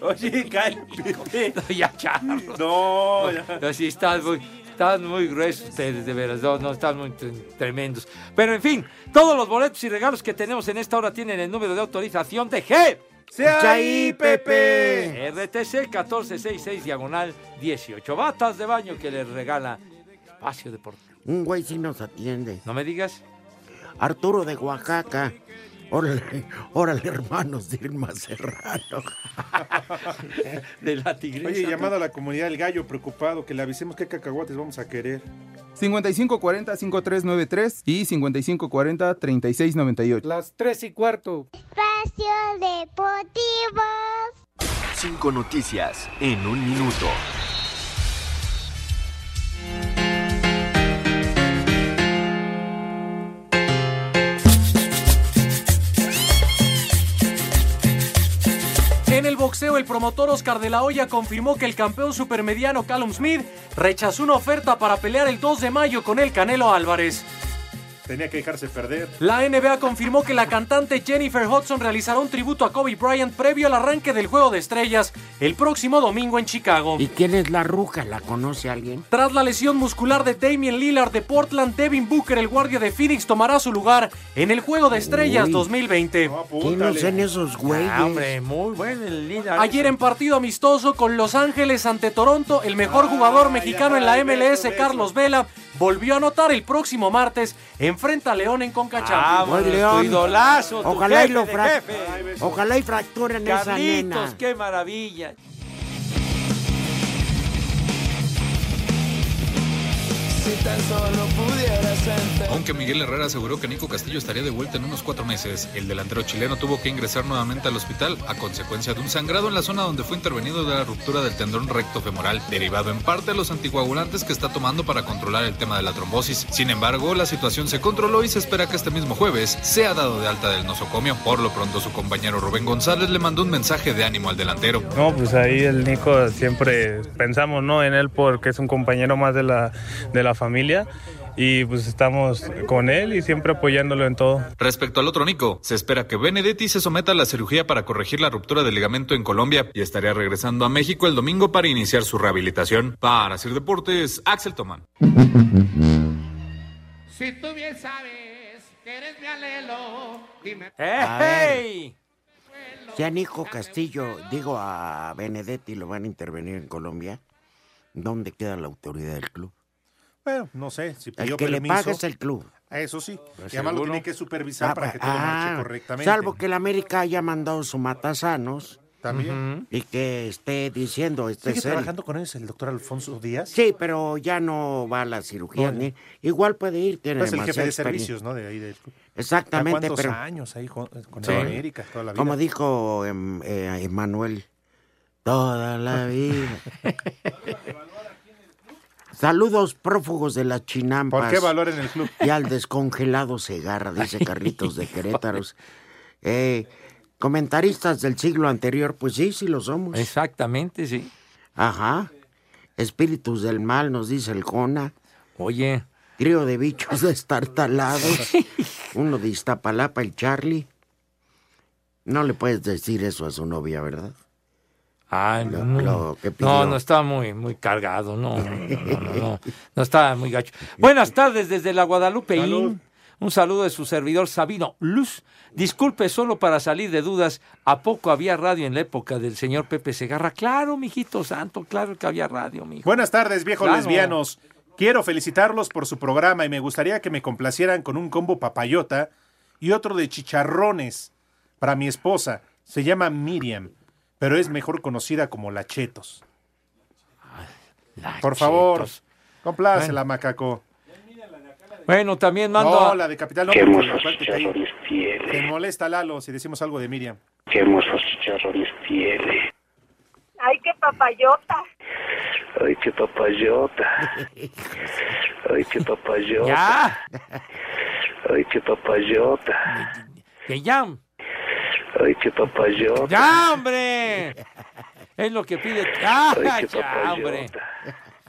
[SPEAKER 5] Oye, cae Pepe.
[SPEAKER 3] ya, charro.
[SPEAKER 5] No, ya.
[SPEAKER 3] Así están muy, están muy gruesos ustedes, de veras. No, no, están muy tre- tremendos. Pero en fin, todos los boletos y regalos que tenemos en esta hora tienen el número de autorización de G.
[SPEAKER 5] ¡Sea ahí, Pepe!
[SPEAKER 3] RTC 1466 diagonal 18. Batas de baño que les regala Espacio Deportivo.
[SPEAKER 4] Un güey sí nos atiende.
[SPEAKER 3] No me digas.
[SPEAKER 4] Arturo de Oaxaca. Órale, órale, hermanos de Irma Serrano.
[SPEAKER 3] De la tigresa.
[SPEAKER 5] Oye, llamado a la comunidad del gallo preocupado, que le avisemos qué cacahuates vamos a querer.
[SPEAKER 7] 5540-5393 y 5540-3698.
[SPEAKER 6] Las tres y cuarto.
[SPEAKER 9] Espacio Deportivo.
[SPEAKER 2] Cinco noticias en un minuto.
[SPEAKER 6] En el boxeo, el promotor Oscar de la Hoya confirmó que el campeón supermediano Callum Smith rechazó una oferta para pelear el 2 de mayo con el Canelo Álvarez.
[SPEAKER 5] Tenía que dejarse perder.
[SPEAKER 6] La NBA confirmó que la cantante Jennifer Hudson realizará un tributo a Kobe Bryant previo al arranque del Juego de Estrellas el próximo domingo en Chicago.
[SPEAKER 4] ¿Y quién es la ruca? ¿La conoce alguien?
[SPEAKER 6] Tras la lesión muscular de Damian Lillard de Portland, Devin Booker, el guardia de Phoenix, tomará su lugar en el Juego de Estrellas
[SPEAKER 4] Uy.
[SPEAKER 6] 2020.
[SPEAKER 4] Ah, ¿Quiénes son esos güeyes?
[SPEAKER 6] Ah, hombre,
[SPEAKER 3] muy bueno el líder.
[SPEAKER 6] Ayer en partido amistoso con Los Ángeles ante Toronto, el mejor jugador mexicano en la MLS, Carlos Vela, volvió a anotar el próximo martes, enfrenta a León en
[SPEAKER 3] Ah,
[SPEAKER 6] Conca
[SPEAKER 4] Voy,
[SPEAKER 6] Champions.
[SPEAKER 4] León. Ah, Ojalá y lo frac-
[SPEAKER 3] jefe.
[SPEAKER 4] Ojalá y fracturen esa
[SPEAKER 3] Carlitos,
[SPEAKER 4] nena.
[SPEAKER 3] qué maravilla.
[SPEAKER 15] Si tan solo pudieras
[SPEAKER 12] Aunque Miguel Herrera aseguró que Nico Castillo estaría de vuelta en unos cuatro meses, el delantero chileno tuvo que ingresar nuevamente al hospital a consecuencia de un sangrado en la zona donde fue intervenido de la ruptura del tendón recto femoral, derivado en parte de los anticoagulantes que está tomando para controlar el tema de la trombosis. Sin embargo, la situación se controló y se espera que este mismo jueves sea dado de alta del nosocomio. Por lo pronto, su compañero Rubén González le mandó un mensaje de ánimo al delantero.
[SPEAKER 24] No, pues ahí el Nico siempre pensamos ¿no? en él porque es un compañero más de la, de la familia y pues estamos con él y siempre apoyándolo en todo.
[SPEAKER 12] Respecto al otro Nico, se espera que Benedetti se someta a la cirugía para corregir la ruptura del ligamento en Colombia y estaría regresando a México el domingo para iniciar su rehabilitación. Para Sir Deportes, Axel Tomán.
[SPEAKER 19] Si tú bien sabes que eres mi alelo, dime.
[SPEAKER 4] A ver. Si a Nico Castillo, digo a Benedetti, lo van a intervenir en Colombia, ¿dónde queda la autoridad del club?
[SPEAKER 5] Bueno, no sé, si
[SPEAKER 4] El
[SPEAKER 5] pidió
[SPEAKER 4] que le
[SPEAKER 5] permiso.
[SPEAKER 4] paga es el club.
[SPEAKER 5] Eso sí.
[SPEAKER 3] Pues
[SPEAKER 5] y además lo
[SPEAKER 4] seguro.
[SPEAKER 5] tiene que supervisar
[SPEAKER 4] Ah,
[SPEAKER 5] para que todo
[SPEAKER 4] ah,
[SPEAKER 5] marche correctamente.
[SPEAKER 4] Salvo que el América haya mandado su matasanos.
[SPEAKER 5] También.
[SPEAKER 4] Y que esté diciendo, este
[SPEAKER 5] ¿Sigue
[SPEAKER 4] es él.
[SPEAKER 5] trabajando con ellos el doctor Alfonso Díaz?
[SPEAKER 4] Sí, pero ya no va a la cirugía. ni- Igual puede ir, tiene
[SPEAKER 5] Es Pues el jefe
[SPEAKER 4] demasiada
[SPEAKER 5] de
[SPEAKER 4] experiencia.
[SPEAKER 5] servicios, ¿no? De ahí del club.
[SPEAKER 4] Exactamente,
[SPEAKER 5] ¿Cuántos
[SPEAKER 4] pero-
[SPEAKER 5] años ahí con, con
[SPEAKER 4] Sí.
[SPEAKER 5] el América? Toda la vida.
[SPEAKER 4] Como dijo em, eh, Emanuel, toda la vida. Saludos prófugos de las chinampas.
[SPEAKER 5] ¿Por qué valor en el club?
[SPEAKER 4] Y al descongelado Segarra, dice Carlitos de Querétaros. Eh, comentaristas del siglo anterior, pues sí, sí lo somos.
[SPEAKER 3] Exactamente, sí.
[SPEAKER 4] Ajá. Espíritus del mal, nos dice el Jona.
[SPEAKER 3] Oye.
[SPEAKER 4] Trío de bichos destartalados. Uno de Iztapalapa, el Charlie. No le puedes decir eso a su novia, ¿verdad?
[SPEAKER 3] Ah,
[SPEAKER 4] Lo-
[SPEAKER 3] no.
[SPEAKER 4] lo que pidió.
[SPEAKER 3] no, no estaba muy, muy cargado, no, no, no, no, no, no estaba muy gacho. Buenas tardes desde la Guadalupe. Inn. Un saludo de su servidor Sabino Luz. Disculpe, solo para salir de dudas, ¿a poco había radio en la época del señor Pepe Segarra? Claro, mijito santo, claro que había radio, mijo.
[SPEAKER 5] Buenas tardes, viejos
[SPEAKER 3] Claro.
[SPEAKER 5] lesbianos. Quiero felicitarlos por su programa y me gustaría que me complacieran con un combo papayota y otro de chicharrones para mi esposa. Se llama Miriam, pero es mejor conocida como La Chetos. por favor, complácela, macaco.
[SPEAKER 3] Bueno, también mando
[SPEAKER 5] No,
[SPEAKER 3] a-
[SPEAKER 5] la de Capital no,
[SPEAKER 3] Qué
[SPEAKER 5] porque
[SPEAKER 3] hermosos
[SPEAKER 5] igual te caí. Te molesta, Lalo, si decimos algo de Miriam.
[SPEAKER 14] Qué hermosos chicharrones tiene.
[SPEAKER 11] Ay, qué papayota.
[SPEAKER 14] Ay, qué papayota. Ay, qué papayota.
[SPEAKER 3] Ya.
[SPEAKER 14] Ay, qué papayota.
[SPEAKER 3] que ya,
[SPEAKER 14] Ay, qué papayota.
[SPEAKER 3] ya, hombre. Es lo que pide. ¡Ah,
[SPEAKER 14] Ay, qué
[SPEAKER 3] ya, hombre!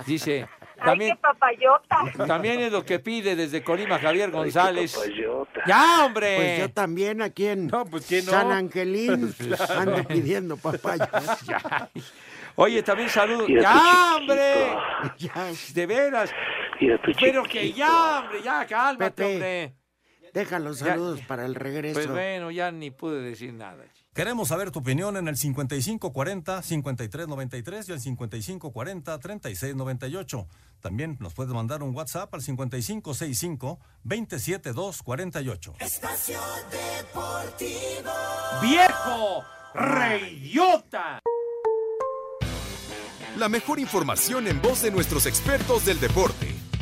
[SPEAKER 3] Dice, también,
[SPEAKER 11] papayota.
[SPEAKER 3] también es lo que pide desde Colima Javier González.
[SPEAKER 14] papayota.
[SPEAKER 3] ¡Ya, hombre!
[SPEAKER 4] Pues yo también aquí en
[SPEAKER 3] ¿quién no?
[SPEAKER 4] San Angelín
[SPEAKER 3] Pues,
[SPEAKER 4] ando
[SPEAKER 3] claro.
[SPEAKER 4] pidiendo papaya.
[SPEAKER 3] Oye, también saludo.
[SPEAKER 14] Mira tu
[SPEAKER 3] ¡Ya,
[SPEAKER 14] chiquito.
[SPEAKER 3] hombre! De veras.
[SPEAKER 14] Mira tu
[SPEAKER 3] Pero
[SPEAKER 14] chiquito.
[SPEAKER 3] que ya, hombre, ya, cálmate,
[SPEAKER 4] Pepe,
[SPEAKER 3] hombre.
[SPEAKER 4] Deja los saludos para el regreso.
[SPEAKER 3] Pues bueno, ya ni pude decir nada.
[SPEAKER 13] Queremos saber tu opinión en el 5540-5393 y el 5540-3698. También nos puedes mandar un WhatsApp al 5565-27248.
[SPEAKER 23] Espacio Deportivo.
[SPEAKER 3] ¡Viejo! ¡Reyota!
[SPEAKER 8] La mejor información en voz de nuestros expertos del deporte.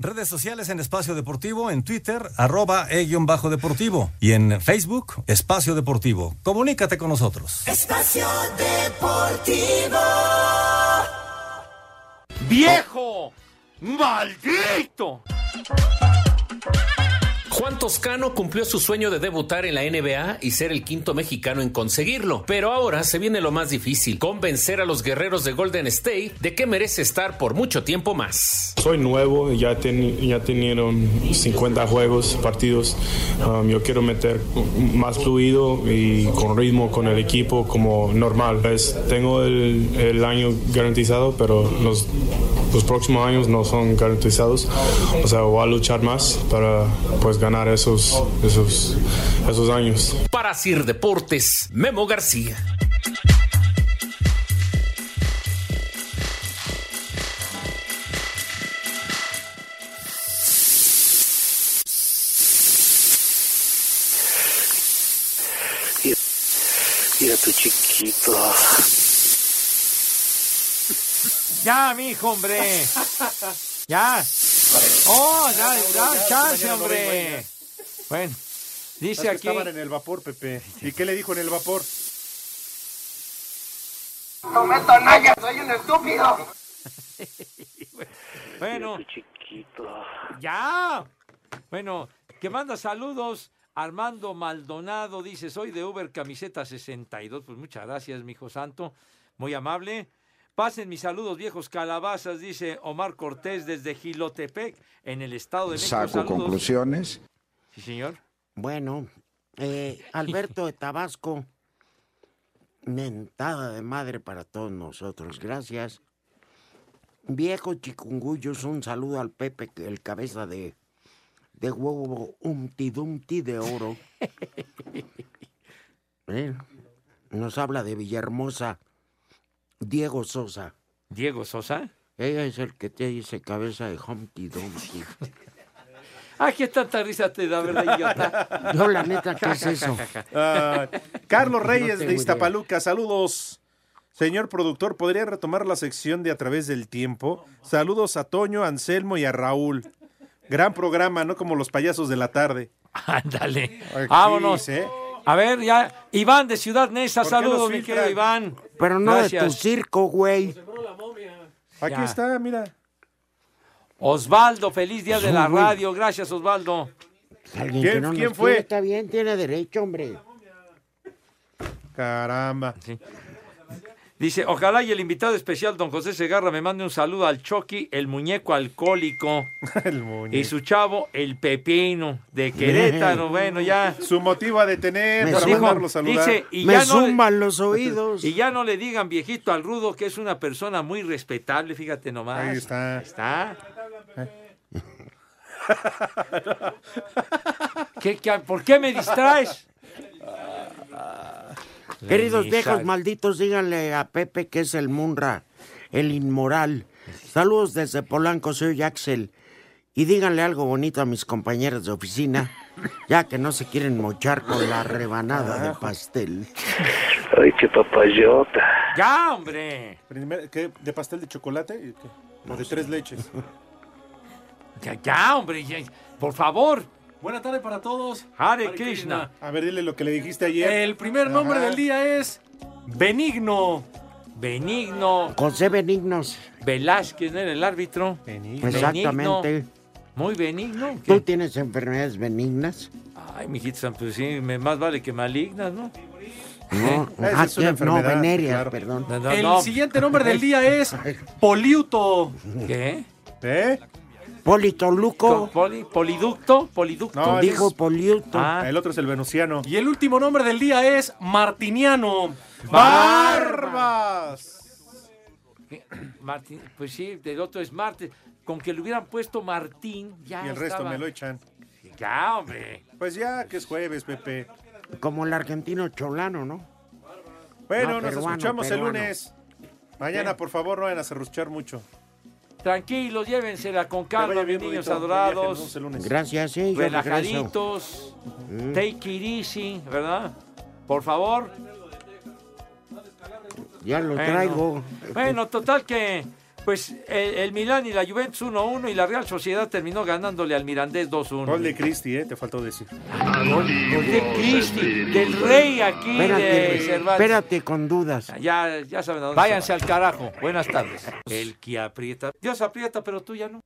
[SPEAKER 13] Redes sociales en Espacio Deportivo, en Twitter, arroba e e-deportivo. Y en Facebook, Espacio Deportivo. Comunícate con nosotros.
[SPEAKER 23] Espacio Deportivo.
[SPEAKER 3] ¡Viejo! ¡Maldito!
[SPEAKER 19] Juan Toscano cumplió su sueño de debutar en la NBA y ser el quinto mexicano en conseguirlo, pero ahora se viene lo más difícil, convencer a los guerreros de Golden State de que merece estar por mucho tiempo más.
[SPEAKER 25] Soy nuevo, ya, ten- ya tenieron 50 juegos, partidos. Um, yo quiero meter más fluido y con ritmo con el equipo como normal. Es- tengo el, el año garantizado, pero los, los próximos años no son garantizados. O sea, voy a luchar más para pues ganar esos, esos, esos años.
[SPEAKER 19] Para Sir Deportes, Memo García.
[SPEAKER 14] Mira tu chiquito. É
[SPEAKER 3] ¡Ya, mijo, hombre! ¡Ya! ¡Oh, ya, ya, chance, hombre! Bueno,
[SPEAKER 5] Es
[SPEAKER 3] dice
[SPEAKER 5] que
[SPEAKER 3] aquí.
[SPEAKER 5] Estaban en el vapor, Pepe. ¿Y qué le dijo en el vapor?
[SPEAKER 26] Cometo nada, soy un estúpido.
[SPEAKER 14] né,
[SPEAKER 3] Bueno. Ya. Bueno, que manda saludos. Armando Maldonado dice, soy de Uber Camiseta 62. Pues muchas gracias, mijo santo. Muy amable. Pasen mis saludos, viejos calabazas, dice Omar Cortés desde Gilotepec, en el Estado de México.
[SPEAKER 27] Saco
[SPEAKER 3] Saludos.
[SPEAKER 27] conclusiones.
[SPEAKER 3] Sí, señor.
[SPEAKER 4] Bueno, Eh, Alberto de Tabasco, mentada de madre para todos nosotros, gracias. Viejo Chicungullos, un saludo al Pepe, el cabeza de, de huevo Humpty Dumpty de oro. Eh, Nos habla de Villahermosa, Diego Sosa.
[SPEAKER 3] ¿Diego Sosa?
[SPEAKER 4] Ella es el que te dice cabeza de Humpty Dumpty.
[SPEAKER 3] Ah, qué tanta risa te da, ¿verdad, idiota?
[SPEAKER 4] No, la neta, ¿qué es eso?
[SPEAKER 5] Ah, Carlos
[SPEAKER 4] No
[SPEAKER 5] Reyes
[SPEAKER 4] tengo
[SPEAKER 5] de
[SPEAKER 4] idea.
[SPEAKER 5] Iztapaluca, saludos. Señor productor, ¿podría retomar la sección de A través del tiempo? Saludos a Toño, Anselmo y a Raúl. Gran programa, ¿no? Como los payasos de la tarde.
[SPEAKER 3] Ándale.
[SPEAKER 5] Aquí,
[SPEAKER 3] Vámonos.
[SPEAKER 5] ¿eh?
[SPEAKER 3] A ver, ya. Iván de Ciudad Neza,
[SPEAKER 5] ¿Por qué
[SPEAKER 3] saludos,
[SPEAKER 5] nos
[SPEAKER 3] mi
[SPEAKER 5] filtran?
[SPEAKER 3] querido Iván.
[SPEAKER 4] Pero no
[SPEAKER 3] Gracias.
[SPEAKER 4] de tu circo, güey.
[SPEAKER 5] Aquí
[SPEAKER 3] Ya.
[SPEAKER 5] está, mira.
[SPEAKER 3] Osvaldo, feliz día de
[SPEAKER 4] Sí,
[SPEAKER 3] la
[SPEAKER 4] güey.
[SPEAKER 3] radio. Gracias, Osvaldo.
[SPEAKER 4] Alguien
[SPEAKER 3] ¿Quién-
[SPEAKER 4] que no nos
[SPEAKER 3] quién fue?
[SPEAKER 4] quiere, Está bien, tiene derecho, hombre.
[SPEAKER 5] Caramba.
[SPEAKER 3] Dice, ojalá y el invitado especial, don José Segarra, me mande un saludo al Chucky, el muñeco alcohólico,
[SPEAKER 5] El muñeco.
[SPEAKER 3] y su chavo, el Pepino, de Querétaro. Bueno, ya.
[SPEAKER 5] Su motivo a detener
[SPEAKER 3] Me
[SPEAKER 5] para
[SPEAKER 3] dijo-
[SPEAKER 5] mandarlo a saludar.
[SPEAKER 3] dice, y Me ya no- zumban
[SPEAKER 4] los oídos.
[SPEAKER 3] Y ya no le digan viejito al rudo, que es una persona muy respetable, fíjate nomás.
[SPEAKER 5] Ahí está. Eh.
[SPEAKER 3] Está. ¿Qué- qué- por qué me distraes?
[SPEAKER 4] Queridos
[SPEAKER 3] Ni
[SPEAKER 4] viejos
[SPEAKER 3] sal-
[SPEAKER 4] malditos, díganle a Pepe que es el Munra, el inmoral. Saludos desde Polanco, soy Axel. Y díganle algo bonito a mis compañeras de oficina, ya que no se quieren mochar con la rebanada
[SPEAKER 3] Ah.
[SPEAKER 4] de pastel.
[SPEAKER 14] Ay, qué papayota.
[SPEAKER 3] ¡Ya, hombre!
[SPEAKER 5] Primer- ¿qué? ¿De pastel de chocolate? ¿Y qué? ¿O de tres leches?
[SPEAKER 3] Ya, ya, hombre, ya, por favor.
[SPEAKER 6] Buena tarde para todos.
[SPEAKER 3] Hare Krishna.
[SPEAKER 5] A ver, dile lo que le dijiste ayer.
[SPEAKER 6] El primer nombre
[SPEAKER 5] Ajá.
[SPEAKER 6] del día es Benigno.
[SPEAKER 3] Benigno
[SPEAKER 4] José Benignos,
[SPEAKER 3] Velázquez era el árbitro. Benigno.
[SPEAKER 4] exactamente.
[SPEAKER 3] Muy benigno.
[SPEAKER 4] ¿Tú tienes enfermedades benignas?
[SPEAKER 3] Ay, mijito, San, pues sí, me- más vale que malignas, ¿no?
[SPEAKER 14] É
[SPEAKER 4] No,
[SPEAKER 3] ¿Eh?
[SPEAKER 4] ah,
[SPEAKER 3] Esa es una
[SPEAKER 14] né,
[SPEAKER 4] sí, no,
[SPEAKER 3] enfermedad,
[SPEAKER 4] venéreas,
[SPEAKER 3] claro.
[SPEAKER 4] perdón.
[SPEAKER 3] No, no,
[SPEAKER 6] El
[SPEAKER 3] no.
[SPEAKER 6] siguiente Este nombre del día es Poliuto.
[SPEAKER 3] ¿Qué?
[SPEAKER 5] ¿Eh?
[SPEAKER 4] Politoluco.
[SPEAKER 3] Poli- poliducto, poliducto.
[SPEAKER 5] No, ese
[SPEAKER 4] Dijo
[SPEAKER 5] es-
[SPEAKER 4] Poliuto.
[SPEAKER 3] Ah.
[SPEAKER 5] El otro es el venusiano.
[SPEAKER 6] Y el último nombre del día es Martiniano.
[SPEAKER 5] ¡Barbas!
[SPEAKER 3] Martín, pues sí, del otro es Marte. Con que le hubieran puesto Martín, ya.
[SPEAKER 5] Y el resto
[SPEAKER 3] estaba-
[SPEAKER 5] me lo echan.
[SPEAKER 3] Ya, hombre.
[SPEAKER 5] Pues ya, que es jueves, Pepe.
[SPEAKER 4] Como el argentino cholano, ¿no?
[SPEAKER 5] Bueno,
[SPEAKER 4] No,
[SPEAKER 5] nos
[SPEAKER 4] Ah, peruano,
[SPEAKER 5] escuchamos
[SPEAKER 4] peruano.
[SPEAKER 5] el lunes. Mañana, por favor, no vayan a serruchar mucho.
[SPEAKER 3] Tranquilos, llévensela con calma,
[SPEAKER 5] vaya
[SPEAKER 3] mis
[SPEAKER 5] bien,
[SPEAKER 3] niños
[SPEAKER 5] Rudito. Buen viaje, nos
[SPEAKER 3] adorados.
[SPEAKER 5] vemos el lunes.
[SPEAKER 4] Gracias, sí, yo regreso.
[SPEAKER 3] Relajaditos.
[SPEAKER 4] Mm.
[SPEAKER 3] Take it easy, ¿verdad? Por favor.
[SPEAKER 4] Ya lo
[SPEAKER 3] Bueno.
[SPEAKER 4] traigo.
[SPEAKER 3] Bueno, total que pues el, el Milán y la Juventus 1-1 y la Real Sociedad terminó ganándole al Mirandés 2-1.
[SPEAKER 5] Gol de Cristi, eh, te faltó decir.
[SPEAKER 3] Gol de Cristi, del rey aquí de
[SPEAKER 4] Este, Espérate,
[SPEAKER 3] Cervantes.
[SPEAKER 4] espérate con dudas.
[SPEAKER 3] Ya, ya saben a dónde se
[SPEAKER 4] Váyanse
[SPEAKER 3] va. al carajo. Buenas tardes. El que aprieta. Dios aprieta, pero tú ya no.